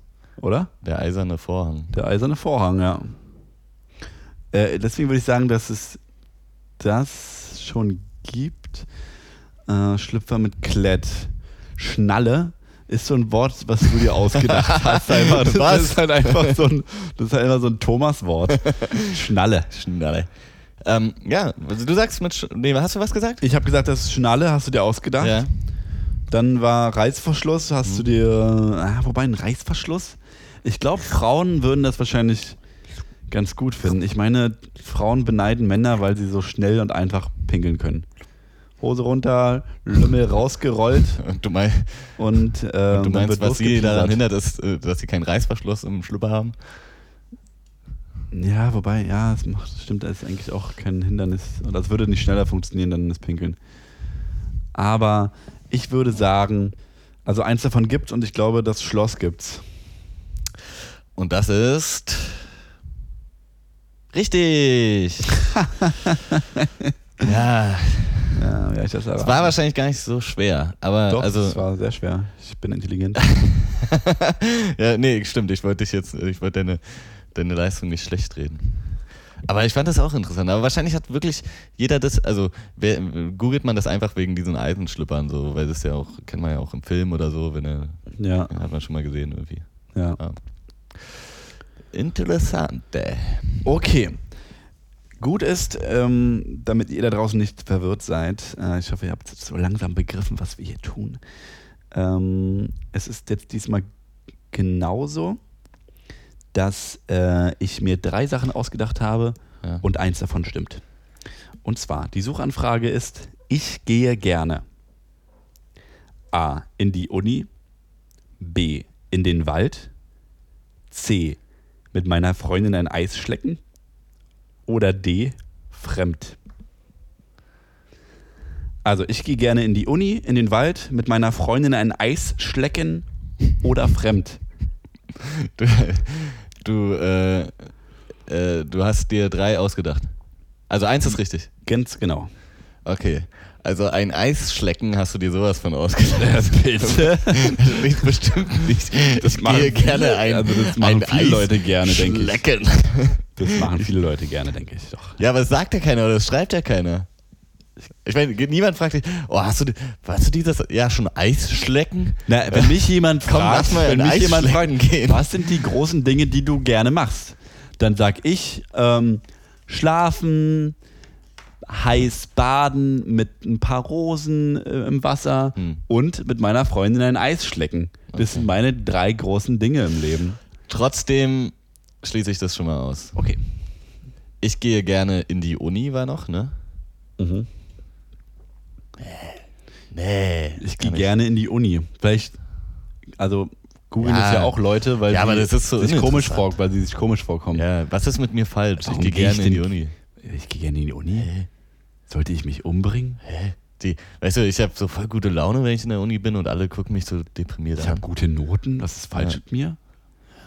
S2: oder?
S1: Der eiserne Vorhang.
S2: Der eiserne Vorhang, ja. Äh, deswegen würde ich sagen, dass es das schon gibt. Äh, Schlüpfer mit Klett. Schnalle ist so ein Wort, was du dir ausgedacht hast. Einfach. Das
S1: Was?
S2: ist halt einfach so ein, das ist halt immer so ein Thomas-Wort. Schnalle.
S1: Schnalle. Ähm, ja, also du sagst mit. Sch nee, hast du was gesagt?
S2: Ich habe gesagt, das ist Schnalle hast du dir ausgedacht.
S1: Ja.
S2: Dann war Reißverschluss, hast
S1: Mhm.
S2: du dir. Ah, wobei ein Reißverschluss? Ich glaube, Frauen würden das wahrscheinlich ganz gut finden. Ich meine, Frauen beneiden Männer, weil sie so schnell und einfach pinkeln können. Hose runter, Lümmel rausgerollt
S1: Und du, mein,
S2: und,
S1: und
S2: äh,
S1: du
S2: dann
S1: meinst,
S2: wird
S1: was sie daran
S2: losgepiepert.
S1: hindert, ist, äh, dass sie keinen Reißverschluss im Schlüpper haben?
S2: Ja, wobei, ja, es macht, das stimmt, da ist eigentlich auch kein Hindernis. Oder es würde nicht schneller funktionieren, dann das Pinkeln. Aber ich würde sagen, also eins davon gibt's und ich glaube, das Schloss gibt's.
S1: Und das ist. Richtig! ja,
S2: Ja, ja ich das
S1: es
S2: aber.
S1: war wahrscheinlich gar nicht so schwer, aber
S2: Doch, es
S1: also.
S2: war sehr schwer. Ich bin intelligent.
S1: ja, nee, stimmt, ich wollte dich jetzt, ich wollte deine, deine Leistung nicht schlecht reden. Aber ich fand das auch interessant. Aber wahrscheinlich hat wirklich jeder das, also wer, googelt man das einfach wegen diesen Eisenschlüppern so, weil das ja auch, kennt man ja auch im Film oder so, wenn er,
S2: Ja,
S1: hat man schon mal gesehen irgendwie.
S2: ja.
S1: Interessante.
S2: Okay. Gut ist, ähm, damit ihr da draußen nicht verwirrt seid, äh, ich hoffe, ihr habt jetzt so langsam begriffen, was wir hier tun. Ähm, es ist jetzt diesmal genauso, dass äh, ich mir drei Sachen ausgedacht habe
S1: Ja.
S2: und eins davon stimmt. Und zwar, die Suchanfrage ist, ich gehe gerne A. In die Uni B. In den Wald C. Mit meiner Freundin ein Eis schlecken? Oder D. Fremd? Also, ich gehe gerne in die Uni, in den Wald, mit meiner Freundin ein Eis schlecken oder fremd.
S1: Du, du, äh, äh, du hast dir drei ausgedacht. Also eins ist richtig.
S2: Ganz genau.
S1: Okay. Also ein Eisschlecken hast du dir sowas von ausgedacht.
S2: Bitte.
S1: Das riecht bestimmt nicht. Das ich
S2: machen
S1: gehe gerne ein,
S2: also das machen
S1: ein
S2: viele Leute gerne, denke ich.
S1: Schlecken.
S2: Das machen viele Leute gerne, denke ich doch.
S1: Ja, aber das sagt ja keiner oder das schreibt ja keiner. Ich meine, niemand fragt dich, oh, hast du, hast du dieses, ja, schon Eisschlecken? Äh,
S2: Na, wenn mich jemand
S1: Komm,
S2: fragt,
S1: lass mal
S2: wenn
S1: ein
S2: mich
S1: Eis
S2: jemand
S1: schlecken
S2: fragt
S1: gehen.
S2: was sind die großen Dinge, die du gerne machst, dann sag ich, ähm, schlafen, heiß baden mit ein paar Rosen äh, im Wasser
S1: Hm.
S2: und mit meiner Freundin ein Eis schlecken. Das sind meine drei großen Dinge im Leben.
S1: Trotzdem schließe ich das schon mal aus.
S2: Okay.
S1: Ich gehe gerne in die Uni, war noch, ne?
S2: Mhm.
S1: Nee.
S2: Ich gehe gerne in die Uni. Vielleicht, also googeln
S1: Ja.
S2: das ja auch Leute, weil
S1: Ah. Ja, aber
S2: sie
S1: das ist so
S2: sich komisch
S1: uninteressant.
S2: vor, weil sie sich komisch vorkommen.
S1: Ja, was ist mit mir falsch?
S2: Warum
S1: ich gehe
S2: gehe ich
S1: gerne in die
S2: denn-
S1: Uni.
S2: Ich gehe gerne in die Uni. Sollte ich mich umbringen?
S1: Hä? Die, weißt du, ich habe so voll gute Laune, wenn ich in der Uni bin und alle gucken mich so deprimiert
S2: Ich
S1: an.
S2: habe gute Noten, was ist falsch
S1: Ja.
S2: mit mir?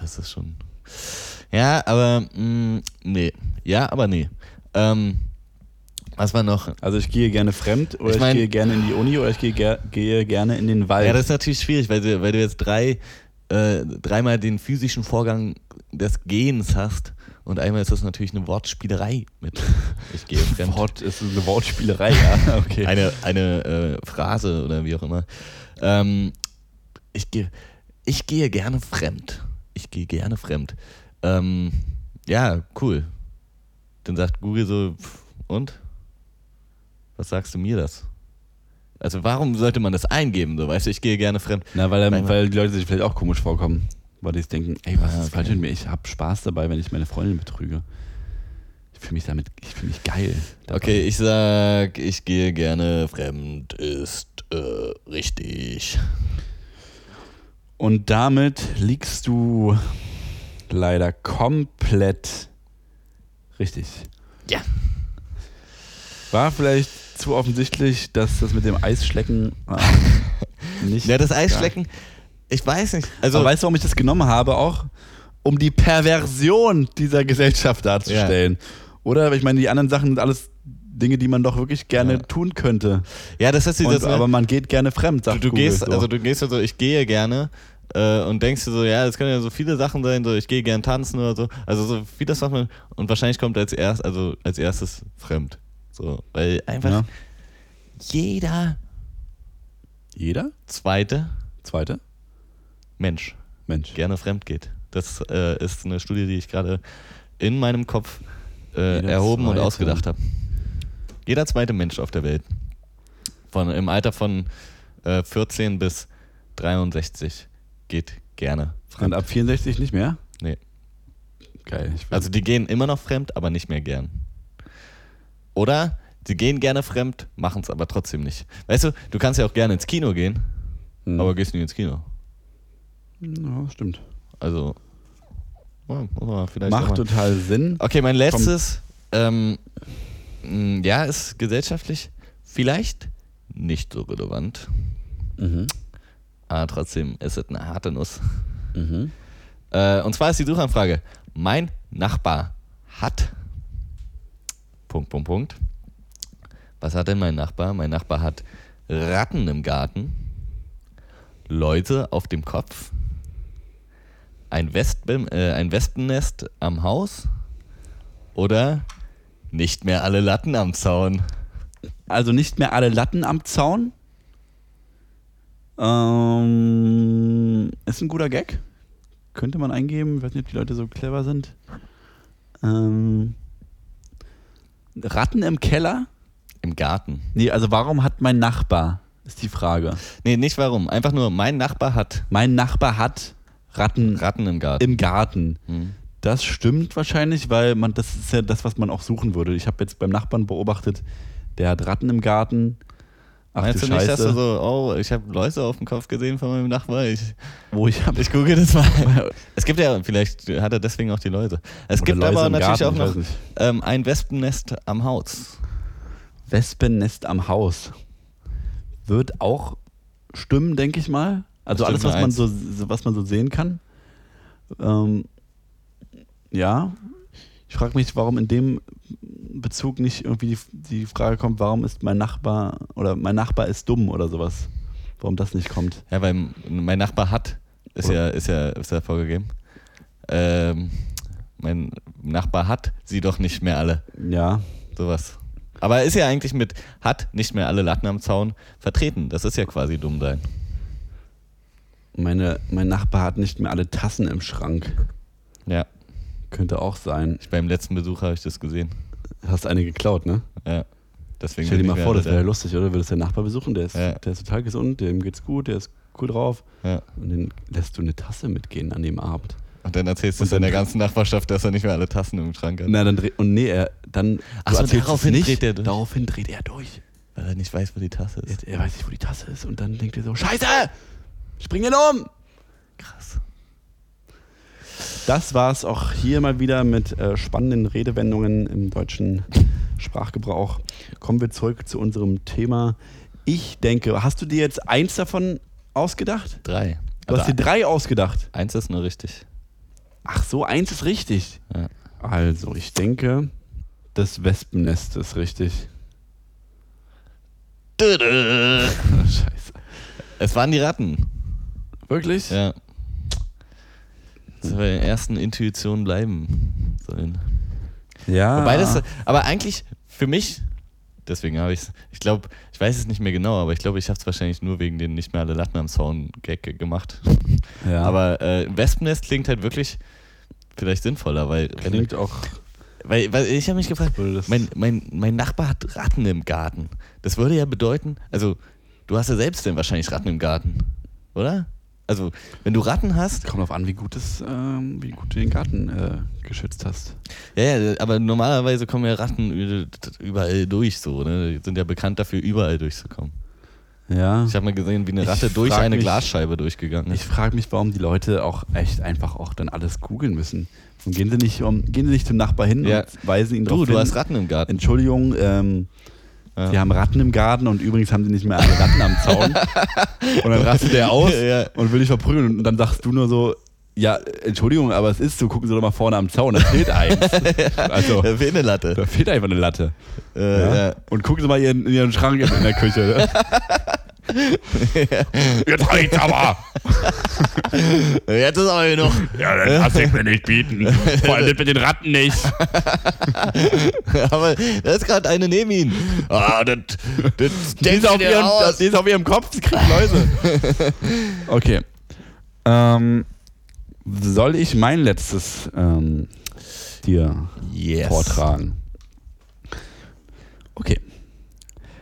S1: Das ist schon. Ja, aber mh, nee. Ja, aber nee. Ähm, was war noch?
S2: Also ich gehe gerne fremd oder
S1: Ich
S2: ich,
S1: mein-
S2: gehe gerne in die Uni oder ich gehe, ger gehe gerne in den Wald.
S1: Ja, das ist natürlich schwierig, weil du, weil du jetzt drei, äh, dreimal den physischen Vorgang des Gehens hast und einmal ist das natürlich eine Wortspielerei mit Ich gehe fremd.
S2: Wort ist eine Wortspielerei, ja. Okay.
S1: Eine, eine äh, Phrase oder wie auch immer. Ähm, ich, gehe, ich gehe gerne fremd. Ich gehe gerne fremd. Ähm, ja, cool. Dann sagt Google so, pff, und? Was sagst du mir das? Also warum sollte man das eingeben? So, weißt du, ich gehe gerne fremd.
S2: Na, weil,
S1: Nein,
S2: dann, weil die Leute sich vielleicht auch komisch vorkommen. Weil die sich denken, ey, was ist falsch mit mir? Ich habe Spaß dabei, wenn ich meine Freundin betrüge. Ich fühle mich damit, ich fühle mich geil. dabei.
S1: Okay, ich sag, ich gehe gerne fremd ist äh, richtig.
S2: Und damit liegst du leider komplett richtig.
S1: Ja.
S2: War vielleicht zu offensichtlich, dass das mit dem Eisschlecken äh, nicht.
S1: Ja, das Eisschlecken, ich weiß nicht. Also,
S2: Also, Aber weißt du, warum ich das genommen habe auch? Um die Perversion dieser Gesellschaft darzustellen. Oder? Ich meine, die anderen Sachen sind alles Dinge, die man doch wirklich gerne
S1: Ja.
S2: tun könnte.
S1: ja, das ist
S2: Und,
S1: dieses.
S2: aber man geht gerne fremd, sagt
S1: du, du
S2: Google
S1: gehst,
S2: so.
S1: also du gehst ja so, ich gehe gerne äh, und denkst dir so, ja, das können ja so viele Sachen sein, so ich gehe gern tanzen oder so. Also so vieles macht man und wahrscheinlich kommt als erst, also als erstes fremd. So, weil einfach
S2: Ja.
S1: jeder
S2: Jeder?
S1: zweite
S2: Zweite?
S1: Mensch
S2: Mensch.
S1: gerne fremd geht. Das äh, ist eine Studie, die ich gerade in meinem Kopf äh,
S2: Jeder
S1: erhoben und
S2: zweite.
S1: ausgedacht habe. Jeder zweite Mensch auf der Welt. Von, Im Alter von äh, 14 bis 63 geht gerne
S2: Und
S1: fremd.
S2: ab 64 nicht mehr?
S1: Nee.
S2: Geil. Ich will-
S1: Also die gehen immer noch fremd, aber nicht mehr gern. Oder sie gehen gerne fremd, machen es aber trotzdem nicht. Weißt du, du kannst ja auch gerne ins Kino gehen,
S2: Hm.
S1: aber gehst nie ins Kino.
S2: ja, stimmt.
S1: Also, ja, muss man vielleicht auch
S2: Macht
S1: mal-
S2: total Sinn.
S1: Okay, mein letztes. Ähm, mh, ja, ist gesellschaftlich vielleicht nicht so relevant.
S2: Mhm.
S1: Aber trotzdem ist es eine harte Nuss.
S2: Mhm.
S1: Äh, und zwar ist die Suchanfrage: Mein Nachbar hat. Punkt, Punkt, Punkt. Was hat denn mein Nachbar? Mein Nachbar hat Ratten im Garten, Leute auf dem Kopf, ein, Wespen, äh, ein Wespennest am Haus Oder nicht mehr alle Latten am Zaun.
S2: Also nicht mehr alle Latten am Zaun. Ähm, ist ein guter Gag. Könnte man eingeben. Ich weiß nicht, ob die Leute so clever sind. Ähm, Ratten im Keller?
S1: Im Garten.
S2: Nee, also warum hat mein Nachbar? Ist die Frage.
S1: Nee, nicht warum. Einfach nur, mein Nachbar hat
S2: Mein Nachbar hat Ratten
S1: Ratten im Garten.
S2: im Garten.
S1: Hm.
S2: Das stimmt wahrscheinlich, weil man das ist ja das, was man auch suchen würde. Ich habe jetzt beim Nachbarn beobachtet, der hat Ratten im Garten. Ach
S1: Meinst
S2: du
S1: du nicht, dass du
S2: Scheiße,
S1: so, oh, ich habe Läuse auf dem Kopf gesehen von meinem Nachbar? Ich,
S2: wo ich habe
S1: ich google das mal. Es gibt ja, vielleicht hat er deswegen auch die Läuse. Es
S2: Oder
S1: gibt
S2: Läuse
S1: aber
S2: im
S1: natürlich
S2: Garten, ich
S1: auch
S2: weiß
S1: noch
S2: nicht.
S1: ähm, ein Wespennest am Haus.
S2: Wespennest am Haus. Wird auch stimmen, denke ich mal. Also
S1: Stimmt
S2: alles, was
S1: nur
S2: man
S1: eins.
S2: so, so- was man so sehen kann. Ähm, ja. Ich frage mich, warum in dem Bezug nicht irgendwie die, die Frage kommt, warum ist mein Nachbar oder mein Nachbar ist dumm oder sowas. Warum das nicht kommt.
S1: Ja, weil mein Nachbar hat, ist ja, ist ja, ist ja vorgegeben. Ähm, mein Nachbar hat sie doch nicht mehr alle.
S2: Ja.
S1: Sowas. Aber er ist ja eigentlich mit hat nicht mehr alle Latten am Zaun vertreten. Das ist ja quasi dumm sein.
S2: Meine, mein Nachbar hat nicht mehr alle Tassen im Schrank.
S1: Ja.
S2: Könnte auch sein.
S1: Ich, beim letzten Besuch habe ich das gesehen.
S2: Hast eine geklaut, ne?
S1: Ja. Deswegen
S2: Stell dir
S1: bin
S2: mal
S1: ich
S2: vor,
S1: mir
S2: das wäre ja
S1: alle
S2: lustig, oder? Würdest deinen Nachbar besuchen, der ist,
S1: Ja.
S2: der ist total gesund, dem geht's gut, der ist cool drauf.
S1: da- ja.
S2: Und dann lässt du eine Tasse mitgehen an dem Abend.
S1: Und dann erzählst du es deiner ganzen Nachbarschaft, dass er nicht mehr alle Tassen im Schrank hat.
S2: Na, dann dreht. Und nee, er dann.
S1: Ach
S2: du
S1: so,
S2: erzählst es
S1: daraufhin dreht er durch.
S2: Daraufhin dreht er durch.
S1: Weil er nicht weiß, wo die Tasse ist.
S2: Er, er weiß nicht, wo die Tasse ist und dann denkt er so: Scheiße! Spring ihn um!
S1: Krass.
S2: Das war's auch hier mal wieder mit äh, spannenden Redewendungen im deutschen Sprachgebrauch. Kommen wir zurück zu unserem Thema. Ich denke, hast du dir jetzt eins davon ausgedacht?
S1: Drei.
S2: Du hast dir drei ausgedacht.
S1: eins ist nur richtig.
S2: Ach so, eins ist richtig.
S1: Ja.
S2: Also, ich denke, das Wespennest ist richtig. Scheiße.
S1: Es waren die Ratten.
S2: Wirklich?
S1: Ja. Dass wir bei der ersten Intuition bleiben sollen.
S7: Ja.
S1: Wobei
S2: Ah.
S1: das, aber eigentlich für mich, deswegen habe ich es, ich glaube, ich weiß es nicht mehr genau, aber ich glaube, ich habe es wahrscheinlich nur wegen den nicht mehr alle Latten am Zaun-Gag gemacht.
S2: Ja.
S1: Aber äh, Wespennest klingt halt wirklich vielleicht sinnvoller, weil,
S2: klingt auch.
S1: weil, weil ich habe mich gefragt,
S2: Würde das-
S1: mein, mein, mein Nachbar hat Ratten im Garten. Das würde ja bedeuten, also du hast ja selbst denn wahrscheinlich Ratten im Garten, oder? Also, wenn du Ratten hast,
S2: Kommt drauf an, wie gut, es, ähm, wie gut du den Garten äh, geschützt hast.
S1: Ja, ja, aber normalerweise kommen ja Ratten überall durch so, ne? Die sind ja bekannt dafür, überall durchzukommen.
S2: Ja.
S1: Ich habe mal gesehen, wie eine
S2: Ich
S1: Ratte durch
S2: frag
S1: eine
S2: mich-
S1: Glasscheibe durchgegangen
S2: Ich
S1: ist.
S2: frage mich, warum die Leute auch echt einfach auch dann alles googeln müssen. Und gehen sie nicht, um, gehen sie nicht zum Nachbar hin
S1: Ja.
S2: und weisen ihn
S1: Du,
S2: drauf
S1: du
S2: hin.
S1: hast Ratten im Garten.
S2: Entschuldigung, ähm,
S1: Ja.
S2: sie haben Ratten im Garten und übrigens haben sie nicht mehr alle Ratten am Zaun. und dann rastet der aus
S1: Ja.
S2: und will dich verprügeln. Und dann sagst du nur so, ja, Entschuldigung, aber es ist so, gucken Sie doch mal vorne am Zaun, da fehlt eins. Also,
S1: Wie eine Latte.
S2: da fehlt einfach eine Latte.
S1: Äh, ja.
S2: Und gucken Sie mal ihren, in Ihren Schrank in der Küche. ne?
S8: Jetzt reicht's aber!
S1: Jetzt ist aber genug.
S8: Ja, das lass ich mir nicht bieten. Vor allem mit den Ratten nicht.
S1: aber da ist gerade eine neben ihm. Ah, das, das
S2: Die
S1: denkst
S2: ist,
S1: du
S2: auf
S1: dir
S2: ihrem,
S1: aus.
S2: die Oh, ist auf ihrem Kopf, sie kriegt Läuse. okay. Ähm, soll ich mein letztes ähm, dir
S1: Yes.
S2: vortragen. Okay.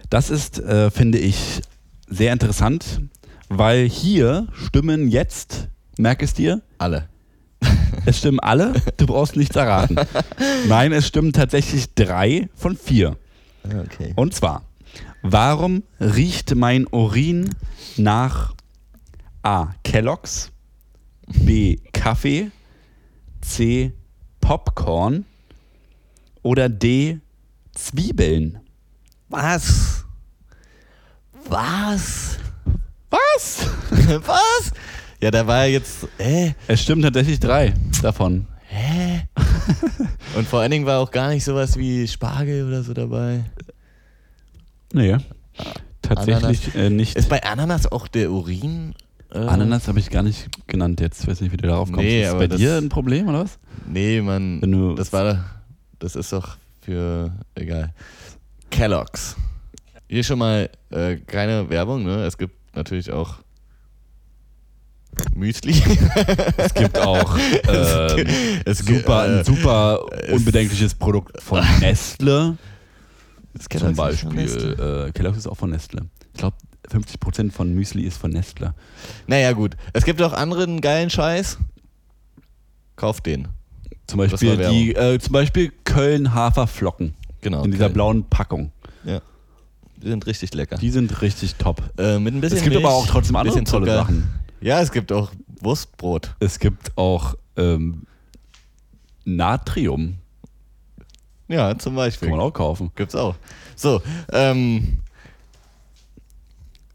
S2: Das ist, äh, finde ich, sehr interessant, weil hier stimmen jetzt, merk es dir,
S1: Alle.
S2: es stimmen alle, du brauchst nichts erraten. Nein, es stimmen tatsächlich drei von vier.
S1: Okay.
S2: Und zwar, warum riecht mein Urin nach A. Kelloggs, B. Kaffee, C. Popcorn oder D. Zwiebeln?
S1: Was? Was?
S2: Was?
S1: Was? Ja, da war jetzt. Äh,
S2: Es stimmen tatsächlich drei davon.
S1: Hä? Und vor allen Dingen war auch gar nicht sowas wie Spargel oder so dabei.
S2: Nee. Tatsächlich äh, nicht.
S1: Ist bei Ananas auch der Urin? äh,
S2: Ananas habe ich gar nicht genannt jetzt. Ich weiß nicht, wie du darauf kommst.
S1: Nee,
S2: ist
S1: aber
S2: bei
S1: das-
S2: dir ein Problem oder was?
S1: Nee, Mann.
S2: Wenn du-
S1: das war Das ist doch für egal. Kellogg's. Hier schon mal äh, keine Werbung, ne? Es gibt natürlich auch Müsli.
S7: Es gibt auch ähm,
S1: es gibt,
S7: super,
S1: äh,
S7: ein super unbedenkliches Produkt von Nestle.
S1: das
S2: Zum
S1: Kellogg's ist schon
S2: Beispiel.
S1: das.
S2: Äh, Kellogg's ist auch von Nestle. Ich glaube, 50% von Müsli ist von Nestle.
S1: Naja, gut. Es gibt auch anderen geilen Scheiß. Kauft den.
S2: Zum
S1: Das
S2: Beispiel,
S1: war Werbung.
S2: die, äh, zum Beispiel Köln Haferflocken
S1: Genau.
S2: in dieser
S1: Köln.
S2: blauen Packung.
S1: Die sind richtig lecker.
S2: Die sind richtig top.
S1: Äh, mit ein bisschen
S2: Es gibt
S1: Milch,
S2: aber auch trotzdem andere
S1: bisschen
S2: tolle
S1: Zucker.
S2: Sachen.
S1: Ja, es gibt auch Wurstbrot.
S2: Es gibt auch ähm, Natrium,
S1: Ja, zum Beispiel.
S2: kann man auch kaufen.
S1: Gibt's auch. So, ähm,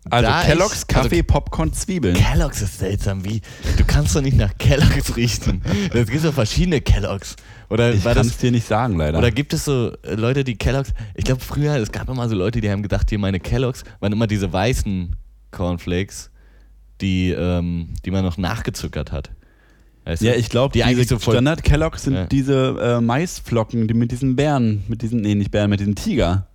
S2: Also
S1: Da ist-
S2: Kellogg's, Kaffee,
S1: also-
S2: Popcorn, Zwiebeln.
S1: Kellogg's ist seltsam, wie? Du kannst doch nicht nach Kellogg's riechen. Es gibt doch verschiedene Kellogg's. Oder
S2: Ich
S1: war
S2: kann
S1: das
S2: es dir nicht sagen, leider.
S1: Oder gibt es so äh, Leute, die Kellogg's, ich glaube früher, es gab immer so Leute, die haben gedacht, hier meine Kellogg's waren immer diese weißen Cornflakes, die, ähm, die man noch nachgezuckert hat. Weißt
S2: ja,
S1: du?
S2: ich glaube,
S1: die
S2: diese
S1: eigentlich so voll,
S2: Standard Kellogg's sind
S1: Ja.
S2: diese äh, Maisflocken, die mit diesen Bären, mit diesen, nee, nicht Bären, mit diesem Tiger.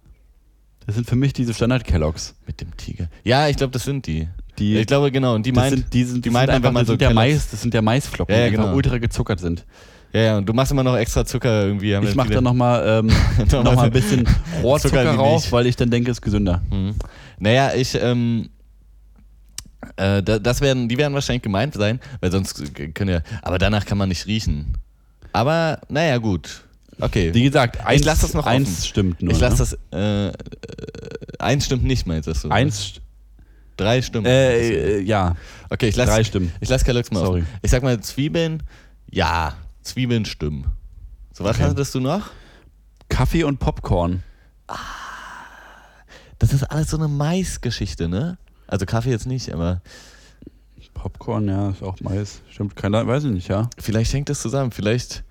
S2: Das sind für mich diese Standard Kellogg's.
S1: mit dem Tiger. Ja, ich glaube, das sind die.
S2: Die-
S1: ich glaube, genau, und die
S2: das
S1: meint,
S2: sind, die sind,
S1: die
S2: das
S1: meint
S2: sind
S1: einfach
S2: einfach,
S1: mal
S2: das
S1: so
S2: sind der
S1: Kellogg's.
S2: Mais, das sind der Maisflocken,
S1: Ja, ja,
S2: die
S1: genau.
S2: einfach ultra gezuckert sind.
S1: Ja, ja, und du machst immer noch extra Zucker irgendwie. haben
S2: Ich
S1: ja
S2: mache
S1: viele-
S2: da nochmal ähm, noch mal ein bisschen
S1: Genau. Zucker Hm. in
S2: Rohrzucker
S1: die
S2: rauf,
S1: Milch.
S2: weil ich dann denke, ist gesünder.
S1: Naja, ich, ähm, äh, da- das werden, die werden wahrscheinlich gemeint sein, weil sonst k- können ja, aber danach kann man nicht riechen. Aber, naja, gut. Okay.
S2: Wie gesagt, eins,
S1: lass das noch
S2: eins
S1: offen.
S2: stimmt nur.
S1: ich lasse
S2: ne?
S1: das, äh, äh, eins stimmt nicht, meinst du?
S2: Eins,
S1: Drei stimmt.
S2: äh, äh, ja,
S1: okay, ich lasse.
S2: drei stimmen.
S1: Ich lasse Kellogg's mal
S2: Sorry.
S1: Sorry. Ich sag mal, Zwiebeln, ja, Zwiebeln stimmen. So, was hattest du noch?
S2: Kaffee und Popcorn.
S1: Das ist alles so eine Maisgeschichte, ne? Also Kaffee jetzt nicht, aber
S2: Popcorn, ja, ist auch Mais. Stimmt, keiner, weiß ich nicht, ja.
S1: vielleicht hängt das zusammen. Vielleicht.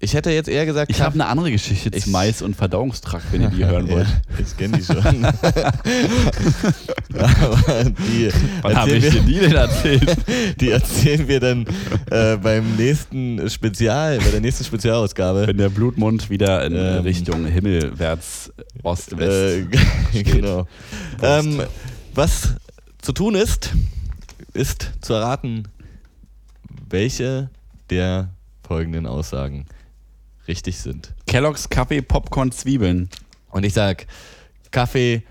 S1: Ich hätte jetzt eher gesagt,
S2: Ich habe eine andere Geschichte
S1: Ich-
S2: zu Mais und Verdauungstrakt, wenn ihr die hören wollt.
S1: Ja, ich kenne die schon. Aber die
S2: Wann habe ich dir
S1: erzählen,
S2: die denn erzählt?
S1: wir, die erzählen wir dann äh, beim nächsten Spezial, bei der nächsten Spezialausgabe.
S2: wenn der Blutmund wieder in
S1: Ähm.
S2: Richtung himmelwärts
S1: Äh,
S2: Ost-West.
S1: genau. Ähm, was zu tun ist, ist zu erraten, welche der folgenden Aussagen richtig sind.
S2: Kellogg's Kaffee, Popcorn, Zwiebeln.
S1: Und ich sag Kaffee,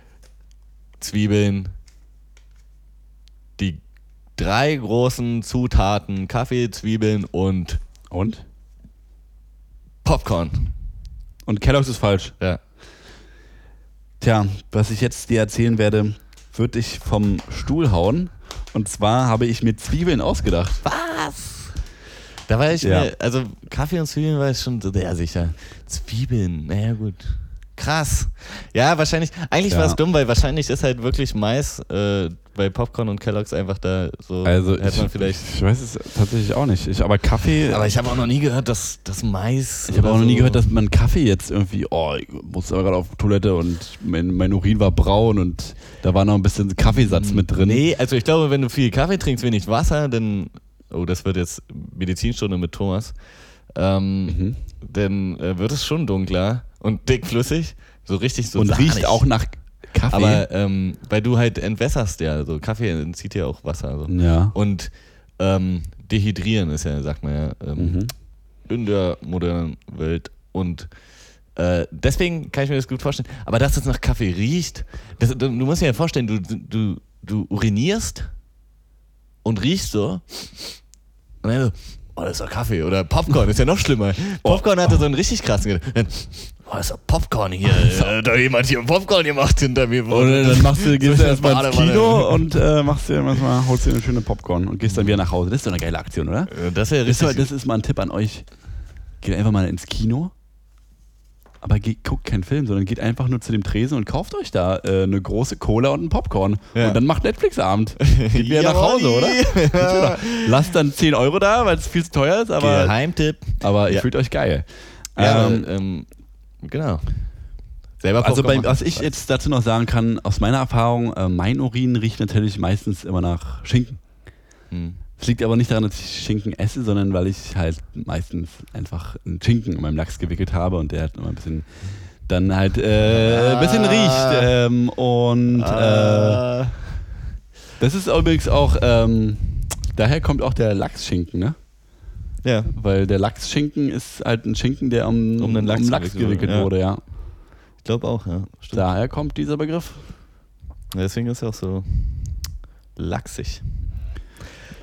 S1: Zwiebeln, die drei großen Zutaten, Kaffee, Zwiebeln und
S2: Und?
S1: Popcorn.
S2: Und Kellogg's ist falsch.
S1: Ja.
S2: Tja, was ich jetzt dir erzählen werde, wird dich vom Stuhl hauen. Und zwar habe ich mir Zwiebeln ausgedacht.
S1: Da war ich
S2: Ja.
S1: mir, also Kaffee und Zwiebeln war ich schon so, ja sicher. Zwiebeln, naja gut. Krass. Ja, wahrscheinlich, eigentlich
S2: Ja.
S1: war es dumm, weil wahrscheinlich ist halt wirklich Mais äh, bei Popcorn und Kellogg's einfach da so,
S2: Also
S1: hätte
S2: ich,
S1: man vielleicht.
S2: ich weiß es tatsächlich auch nicht. Ich, aber Kaffee.
S1: Aber ich habe auch noch nie gehört, dass, dass Mais.
S2: Ich habe
S1: oder
S2: auch noch nie
S1: so-
S2: gehört, dass man Kaffee jetzt irgendwie, oh, ich musste aber gerade auf die Toilette und mein, mein Urin war braun und da war noch ein bisschen Kaffeesatz mit drin.
S1: Nee, also ich glaube, wenn du viel Kaffee trinkst, wenig Wasser, dann. Oh, das wird jetzt Medizinstunde mit Thomas. Ähm,
S2: Mhm.
S1: Dann äh, wird es schon dunkler und dickflüssig. So richtig so.
S2: und
S1: sahnig.
S2: riecht auch nach Kaffee.
S1: Aber ähm, weil du halt entwässerst ja. So Kaffee entzieht ja auch Wasser. So.
S2: ja.
S1: Und ähm, dehydrieren ist ja, sagt man ja, ähm,
S2: Mhm.
S1: in der modernen Welt. Und äh, deswegen kann ich mir das gut vorstellen. Aber dass es nach Kaffee riecht, das, du, du musst dir ja vorstellen, du, du, du urinierst und riechst so. Und dann so, oh, das ist doch Kaffee. Oder Popcorn, ist ja noch schlimmer. Popcorn hatte so einen richtig krassen. Geruch. Dann, Oh, das ist doch Popcorn hier. Äh, Da hat jemand hier Popcorn gemacht hinter mir.
S2: Und dann machst du, gehst
S1: So
S2: du
S1: ist
S2: erstmal
S1: das
S2: ins
S1: Badewanne.
S2: Kino und äh, machst dir erstmal, holst dir eine schöne Popcorn und gehst dann wieder nach Hause. Das ist doch eine geile Aktion, oder?
S1: Hm. Äh, Das ist ja
S2: Das,
S1: richtig.
S2: war, das ist mal ein Tipp an euch. Geht einfach mal ins Kino, aber geht, guckt keinen Film, sondern geht einfach nur zu dem Tresen und kauft euch da äh, eine große Cola und einen Popcorn.
S1: Ja.
S2: Und dann macht Netflix-Abend. Geht wieder nach Hause, oder?
S1: oder?
S2: Lasst dann 10 Euro da, weil es viel zu teuer ist, aber,
S1: Geheimtipp.
S2: aber ihr
S1: Ja.
S2: fühlt euch geil.
S1: Ja,
S2: ähm,
S1: ähm, genau. Selber
S2: also
S1: Popcorn
S2: bei,
S1: machen.
S2: was ich jetzt dazu noch sagen äh, kann, aus meiner Erfahrung, äh, mein Urin riecht natürlich meistens immer nach Schinken.
S1: Hm.
S2: Es liegt aber nicht daran, dass ich Schinken esse, sondern weil ich halt meistens einfach einen Schinken in meinem Lachs gewickelt habe und der hat immer ein bisschen dann halt äh, ein bisschen riecht. Ähm, und
S1: Ah.
S2: äh, das ist übrigens auch, ähm, daher kommt auch der Lachsschinken, ne?
S1: Ja.
S2: Weil der Lachsschinken ist halt ein Schinken, der um,
S1: Um
S2: um
S1: den Lachs
S2: Lachs, gewickelt
S1: gewickelt wurde,
S2: wurde, ja.
S1: Ich glaube auch, ja. Stimmt.
S2: Daher kommt dieser Begriff.
S1: Deswegen ist er auch so lachsig.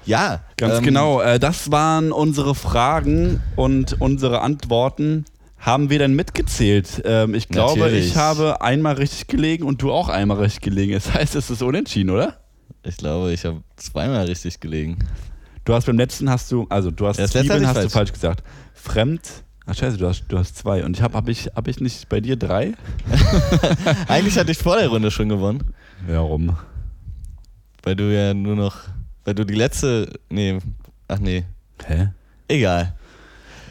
S1: Ja,
S2: Ganz
S1: ähm,
S2: genau. Äh, das waren unsere Fragen und unsere Antworten. Haben wir denn mitgezählt? Ähm, ich glaube,
S1: Natürlich.
S2: ich habe einmal richtig gelegen und du auch einmal richtig gelegen. Das heißt, es ist unentschieden, oder?
S1: Ich glaube, ich habe zweimal richtig gelegen.
S2: Du hast beim letzten hast du, also du hast
S1: Ja, das letzte
S2: Zwiebeln
S1: hatte ich
S2: hast du
S1: falsch.
S2: falsch gesagt. Fremd. Ach scheiße, du hast, du hast zwei. Und ich habe hab ich, hab ich nicht bei dir drei?
S1: Eigentlich hatte ich vor der Runde schon gewonnen,
S2: Warum?
S1: weil du ja nur noch, weil du die letzte, nee, ach nee,
S2: Hä?
S1: egal.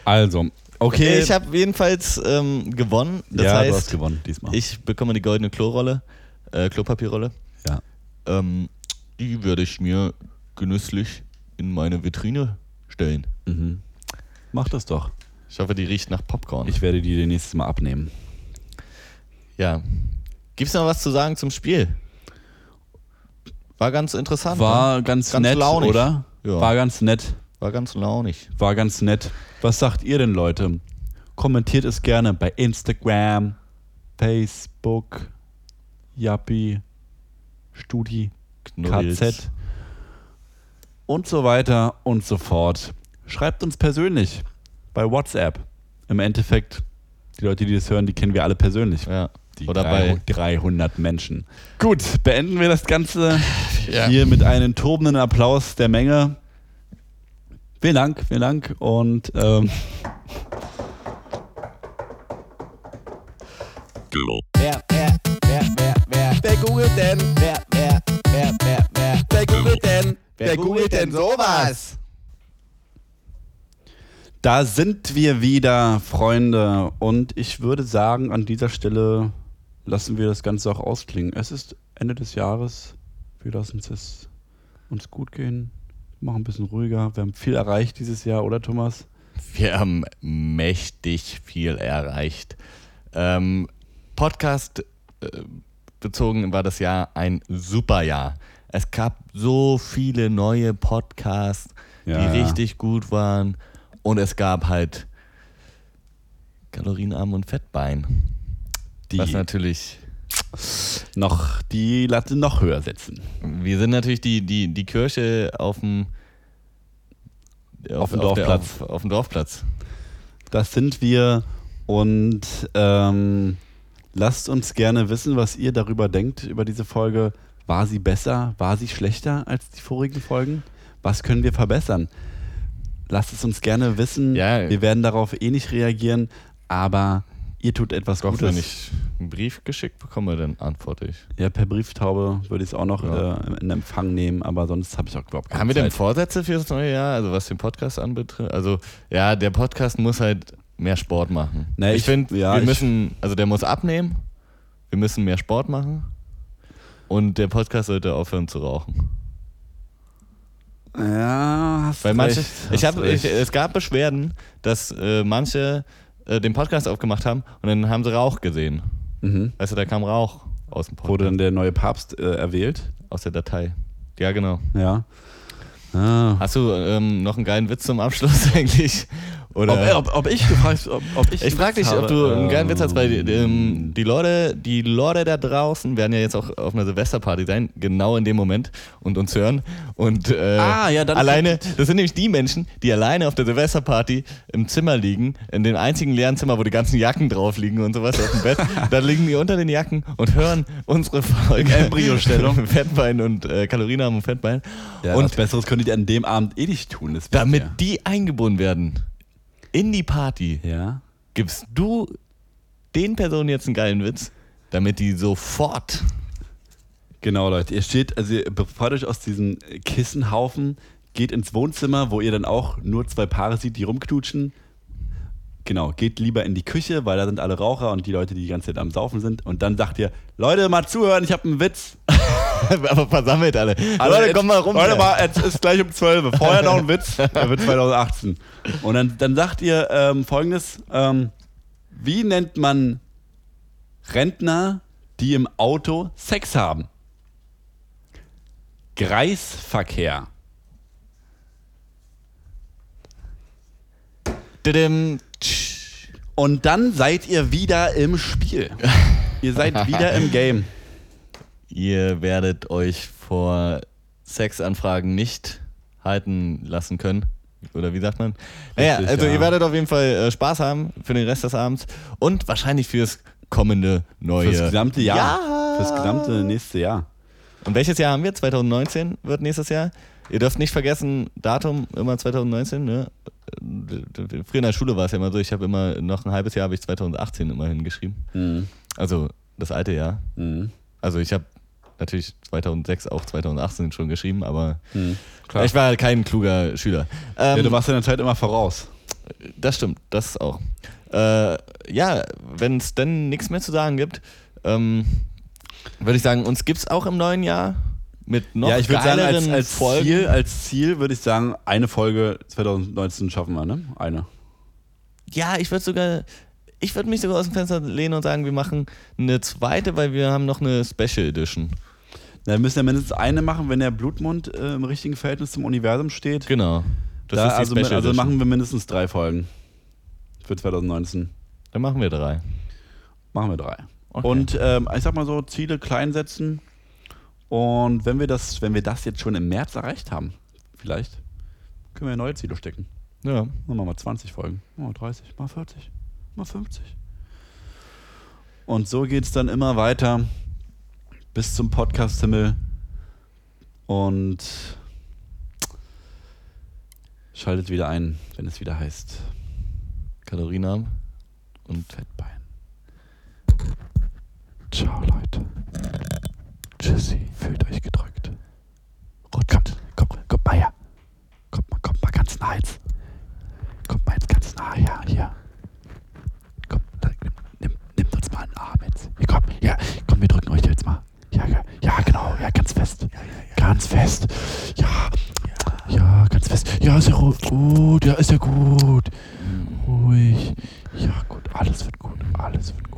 S2: Also, okay.
S1: Ich habe jedenfalls ähm, gewonnen. Das
S2: ja, du hast
S1: heißt,
S2: gewonnen diesmal.
S1: ich bekomme die goldene Klorolle, äh, Klopapierrolle.
S2: Ja.
S1: Ähm, die werde ich mir genüsslich in meine Vitrine stellen.
S2: mhm. Mach das doch.
S1: Ich hoffe, die riecht nach Popcorn.
S2: Ich werde die dir nächstes Mal abnehmen.
S1: Ja. Gibt's noch was zu sagen zum Spiel? War ganz interessant. ne?
S2: War ganz,
S1: Ganz
S2: nett,
S1: launig.
S2: oder?
S1: Ja.
S2: War ganz nett.
S1: War ganz launig.
S2: War ganz nett. Was sagt ihr denn, Leute? Kommentiert es gerne bei Instagram, Facebook, Yappi, Studi,
S1: Knuddels.
S2: KZ und so weiter und so fort. Schreibt uns persönlich bei WhatsApp. Im Endeffekt, die Leute, die das hören, die kennen wir alle persönlich.
S1: Ja.
S2: Die
S1: Oder bei
S2: 300 300 Menschen. Gut, beenden wir das Ganze hier mit einem tobenden Applaus der Menge. Vielen Dank, vielen Dank und ähm,
S8: Wer googelt denn? Wer, wer, wer, wer, wer? Wer googelt denn? Wer googelt denn sowas?
S2: da sind wir wieder, Freunde. Und ich würde sagen, an dieser Stelle lassen wir das Ganze auch ausklingen. Es ist Ende des Jahres. Wir lassen es uns gut gehen, machen ein bisschen ruhiger. Wir haben viel erreicht dieses Jahr, oder Thomas?
S1: Wir haben mächtig viel erreicht. Ähm, Podcast äh, bezogen war das Jahr ein super Jahr. Es gab so viele neue Podcasts,
S2: Ja,
S1: die
S2: ja.
S1: richtig gut waren. Und es gab halt Kalorienarm und Fettbein.
S2: Die
S1: Was natürlich
S2: noch die Latte noch höher setzen.
S1: Wir sind natürlich die, die, die Kirche auf dem,
S2: Auf dem
S1: der-
S2: Dorfplatz.
S1: Auf, auf dem Dorfplatz.
S2: Das sind wir und ähm, lasst uns gerne wissen, was ihr darüber denkt, über diese Folge. War sie besser? War sie schlechter als die vorigen Folgen? Was können wir verbessern? Lasst es uns gerne wissen.
S1: Ja.
S2: Wir werden darauf eh nicht reagieren, aber ihr tut etwas
S1: Doch,
S2: Gutes.
S1: wenn ich einen Brief geschickt bekomme, dann antworte ich.
S2: Ja, per Brieftaube würde ich es auch noch
S1: Ja.
S2: äh, in Empfang nehmen, aber sonst habe ich auch überhaupt keine
S1: Haben wir denn
S2: Zeit.
S1: Vorsätze für das neue Jahr? Also was den Podcast anbetrifft? Also ja, der Podcast muss halt mehr Sport machen.
S2: Nee,
S1: ich
S2: ich-
S1: finde,
S2: ja,
S1: wir
S2: ich-
S1: müssen, also der muss abnehmen, wir müssen mehr Sport machen und der Podcast sollte aufhören zu rauchen.
S2: Ja, hast
S1: Weil manche,
S2: recht,
S1: ich
S2: hast
S1: hab,
S2: recht.
S1: ich, äh, es gab Beschwerden, dass äh, manche äh, den Podcast aufgemacht haben und dann haben sie Rauch gesehen.
S2: Mhm.
S1: Weißt du, da kam Rauch aus dem
S2: Wurde
S1: Podcast,
S2: dann der neue Papst äh, erwählt?
S1: aus der Datei. Ja, genau.
S2: Ja. Ah.
S1: Hast du ähm, noch einen geilen Witz zum Abschluss eigentlich? Oder?
S2: Ob, ob, ob ich gefragt, ob, ob Äh, ich.
S1: ich frage dich, ob du einen geilen Witz hast, weil die, ähm, die Leute, die Leute da draußen werden ja jetzt auch auf einer Silvesterparty sein, genau in dem Moment und uns hören und äh,
S2: Ah, ja, dann-
S1: alleine, das sind nämlich die Menschen, die alleine auf der Silvesterparty im Zimmer liegen, in dem einzigen leeren Zimmer, wo die ganzen Jacken drauf liegen und sowas auf dem Bett, da liegen die unter den Jacken und hören unsere Folge
S2: Embryostellung.
S1: Fettbein und äh, Kalorienarm und Fettbein
S2: Ja,
S1: und
S2: was Besseres könntet ihr an dem Abend eh nicht tun. Das wisst
S1: damit
S2: ihr.
S1: die eingebunden werden in die Party,
S2: Ja.
S1: gibst du den Personen jetzt einen geilen Witz, damit die sofort.
S2: Genau, Leute. Ihr steht, also ihr befreit euch aus diesem Kissenhaufen, geht ins Wohnzimmer, wo ihr dann auch nur zwei Paare seht, die rumknutschen. Genau, geht lieber in die Küche, weil da sind alle Raucher und die Leute, die die ganze Zeit am Saufen sind. Und dann sagt ihr, Leute, mal zuhören, ich habe einen Witz.
S1: aber versammelt alle. Leute,
S2: Also jetzt-
S1: komm mal rum.
S2: Leute,
S1: hier.
S2: mal, jetzt ist gleich um 12. Vorher noch ein Witz. Der wird 2018. Und dann, dann sagt ihr ähm, folgendes: ähm, Wie nennt man Rentner, die im Auto Sex haben? Greisverkehr.
S1: Didim.
S2: Und dann seid ihr wieder im Spiel. ihr seid wieder im Game.
S1: Ihr werdet euch vor Sexanfragen nicht halten lassen können. Oder wie sagt man? Naja,
S2: Richtig,
S1: also
S2: ja.
S1: ihr werdet auf jeden Fall äh, Spaß haben für den Rest des Abends und wahrscheinlich fürs kommende neue
S2: Fürs gesamte Jahr. Fürs gesamte nächste Jahr.
S1: Und welches Jahr haben wir? 2019 wird nächstes Jahr. Ihr dürft nicht vergessen, Datum immer 2019. Ne? Früher in der Schule war es ja immer so, ich habe immer noch ein halbes Jahr, habe ich 2018 immer hingeschrieben.
S2: Mhm.
S1: Also das alte Jahr. Also ich habe natürlich 2006 auch 2018 schon geschrieben, aber
S7: Klar.
S1: ich war halt kein kluger Schüler. Ähm,
S2: Mhm. Ja, du warst in der Zeit immer voraus.
S1: das stimmt, das auch. Äh, ja, wenn es dann nichts mehr zu sagen gibt, ähm, würde ich sagen, uns gibt es auch im neuen Jahr mit noch
S2: ja, ich würde sagen, als,
S1: geileren
S2: als
S1: Folgen.
S2: Ziel, als Ziel würde ich sagen, eine Folge 2019 schaffen wir, ne? Eine.
S1: Ja, ich würde sogar, ich würde mich sogar aus dem Fenster lehnen und sagen, wir machen eine zweite, weil wir haben noch eine Special Edition.
S2: Dann müssen wir mindestens eine machen, wenn der Blutmund äh, im richtigen Verhältnis zum Universum steht.
S1: Genau. Das
S2: da,
S1: ist die
S2: also,
S1: Special
S2: also
S1: Edition.
S2: machen wir mindestens drei Folgen für 2019.
S1: Dann machen wir drei.
S2: Machen wir drei.
S1: Okay.
S2: Und ähm, ich sag mal so, Ziele klein setzen. Und wenn wir das, wenn wir das jetzt schon im März erreicht haben, vielleicht, können wir neue Ziele stecken.
S1: Ja.
S2: Dann machen wir 20 Folgen. Machen wir 30, mal 40, mal 50. Und so geht es dann immer weiter bis zum Podcast-Himmel. Und schaltet wieder ein, wenn es wieder heißt
S1: Kalorien haben. Und
S2: Fettbein. Ciao, Leute. Tschüssi. Fühlt euch gedrückt. Kommt, kommt, kommt mal her. Kommt mal, kommt mal ganz nah jetzt. Kommt mal jetzt ganz nah her, hier. Kommt, da, nimm, nimm, nimmt uns mal einen Arm jetzt. Hier, komm, ja, komm, wir drücken euch jetzt mal. Ja, ja, ja genau, ja, ganz fest. Ganz fest. Ja, ja, ganz fest. Ja, ist ja ru- gut, ja, ist ja gut. Ruhig. Ja, gut, alles wird gut, alles wird gut.